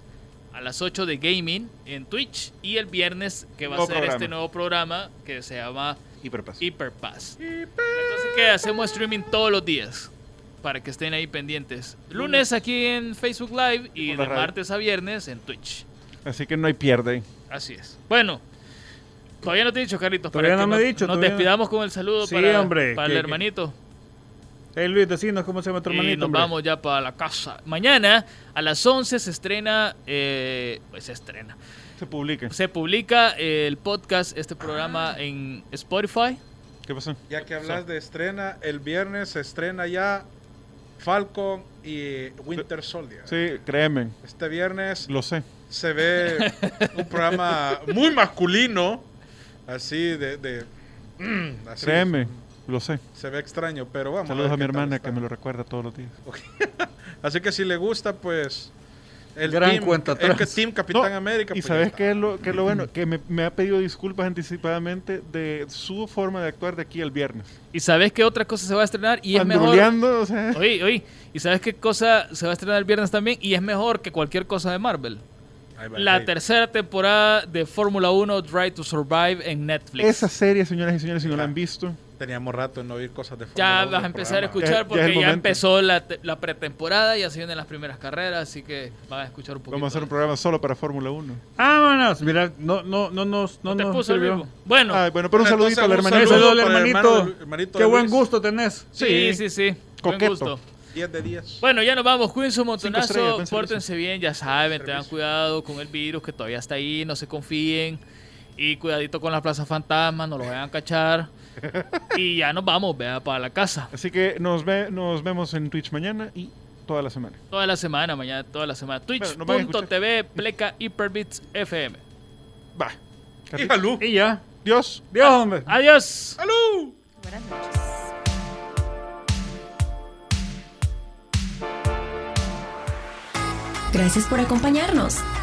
Speaker 2: a las 8 de gaming en Twitch y el viernes que va a
Speaker 3: Nuevo
Speaker 2: ser
Speaker 3: programa.
Speaker 2: este nuevo programa que se llama
Speaker 3: Hiperpass.
Speaker 2: Hyperpass. Entonces que hacemos streaming todos los días para que estén ahí pendientes. Lunes aquí en Facebook Live y de
Speaker 3: por la radio.
Speaker 2: martes a viernes en Twitch.
Speaker 3: Así que no hay pierde.
Speaker 2: Así es. Bueno, todavía no te he dicho, Carlitos.
Speaker 6: Todavía
Speaker 2: para
Speaker 6: no
Speaker 2: que
Speaker 6: me he
Speaker 2: nos-
Speaker 6: dicho,
Speaker 2: Nos
Speaker 6: todavía no.
Speaker 2: despidamos con el saludo
Speaker 6: Sí,
Speaker 2: para,
Speaker 6: hombre,
Speaker 2: para
Speaker 6: que-
Speaker 2: el
Speaker 6: que-
Speaker 2: hermanito.
Speaker 6: Eh, Luis, decinos cómo se llama tu hermanito.
Speaker 2: Y nos
Speaker 6: hombre.
Speaker 2: vamos ya para la casa. Mañana a las 11 se estrena, eh, pues se estrena,
Speaker 3: Se publica. [laughs]
Speaker 2: se publica el podcast, este programa en Spotify.
Speaker 3: ¿Qué pasó?
Speaker 5: Ya que hablas de estrena, el viernes se estrena ya Falcon y Winter Soldier.
Speaker 3: Sí, créeme.
Speaker 5: Este viernes
Speaker 3: Lo sé. [laughs]
Speaker 5: se ve un programa muy masculino, así de... de- mm, así
Speaker 3: Créeme. Lo sé.
Speaker 5: Se ve extraño, pero vamos.
Speaker 3: Saludos
Speaker 5: ver
Speaker 3: a mi
Speaker 5: qué tal
Speaker 3: hermana
Speaker 5: está.
Speaker 3: que me lo recuerda todos los días.
Speaker 5: Así que si le gusta, pues El
Speaker 6: Gran
Speaker 5: team-
Speaker 6: cuenta
Speaker 5: Es que
Speaker 6: atrás.
Speaker 5: Team Capitán
Speaker 3: No,
Speaker 5: América.
Speaker 3: ¿Y
Speaker 5: pues, ya
Speaker 3: sabes
Speaker 5: está.
Speaker 3: qué es, lo, qué es lo
Speaker 5: [clears throat]
Speaker 3: bueno? Que me, me ha pedido disculpas anticipadamente de su forma de actuar de aquí al viernes.
Speaker 2: ¿Y sabes qué otra cosa se va a estrenar? Y es mejor.
Speaker 3: Androleando, o sea,
Speaker 2: Oye, oye. ¿Y sabes qué cosa se va a estrenar el viernes también? Y es mejor que cualquier cosa de Marvel.
Speaker 5: Ahí va,
Speaker 2: La
Speaker 5: ahí.
Speaker 2: tercera temporada de Fórmula 1 Drive to Survive en Netflix.
Speaker 3: esa serie, señoras y señores, si no la han visto,
Speaker 5: Teníamos rato de no oír cosas de Fórmula
Speaker 2: Ya
Speaker 5: Uno
Speaker 2: vas
Speaker 5: en
Speaker 2: a
Speaker 5: el
Speaker 2: empezar a
Speaker 5: programa.
Speaker 3: Ya- ya
Speaker 2: escuchar
Speaker 3: es
Speaker 2: porque
Speaker 3: el
Speaker 2: ya,
Speaker 3: momento.
Speaker 2: empezó la, te- la pretemporada, ya se vienen las primeras carreras, así que van a escuchar un poquito.
Speaker 3: vamos a hacer un
Speaker 2: de-
Speaker 3: programa solo para Fórmula 1.
Speaker 6: Vámonos. Mira, no, no, no, nos- no,
Speaker 2: Te
Speaker 6: nos
Speaker 2: puso el
Speaker 6: sirvió.
Speaker 2: mismo. Bueno,
Speaker 3: Ah, bueno, pero un
Speaker 5: Entonces,
Speaker 3: saludito al
Speaker 5: un
Speaker 6: Un
Speaker 3: hermanito.
Speaker 5: saludo.
Speaker 6: saludo,
Speaker 5: para el
Speaker 6: hermanito.
Speaker 5: hermano- hermanito
Speaker 6: Qué
Speaker 5: de
Speaker 6: buen
Speaker 5: Luis.
Speaker 6: gusto tenés.
Speaker 2: sí, sí, sí. Buen
Speaker 3: Coqueto.
Speaker 2: gusto.
Speaker 5: 10 de 10.
Speaker 2: Bueno, ya nos vamos, cuídense un
Speaker 3: estrellas,
Speaker 2: montonazo,
Speaker 3: buen servicio.
Speaker 2: pórtense bien, ya saben, tengan cuidado con el virus que todavía está ahí, no se confíen y cuidadito con las plazas fantasmas, no lo vayan a
Speaker 3: [laughs]
Speaker 2: cachar y ya nos vamos, vea, para la casa.
Speaker 3: Así que nos, ve, nos vemos en Twitch mañana y toda la semana.
Speaker 2: Toda la semana, mañana, toda la semana.
Speaker 3: nos van a escuchar.
Speaker 2: Twitch.tv, pleca, hyperbits, FM.
Speaker 3: Va.
Speaker 5: Y Jalú.
Speaker 6: Y ya.
Speaker 3: Dios.
Speaker 6: Dios, hombre.
Speaker 2: Adiós.
Speaker 5: Jalú.
Speaker 4: Buenas noches.
Speaker 1: Gracias por acompañarnos.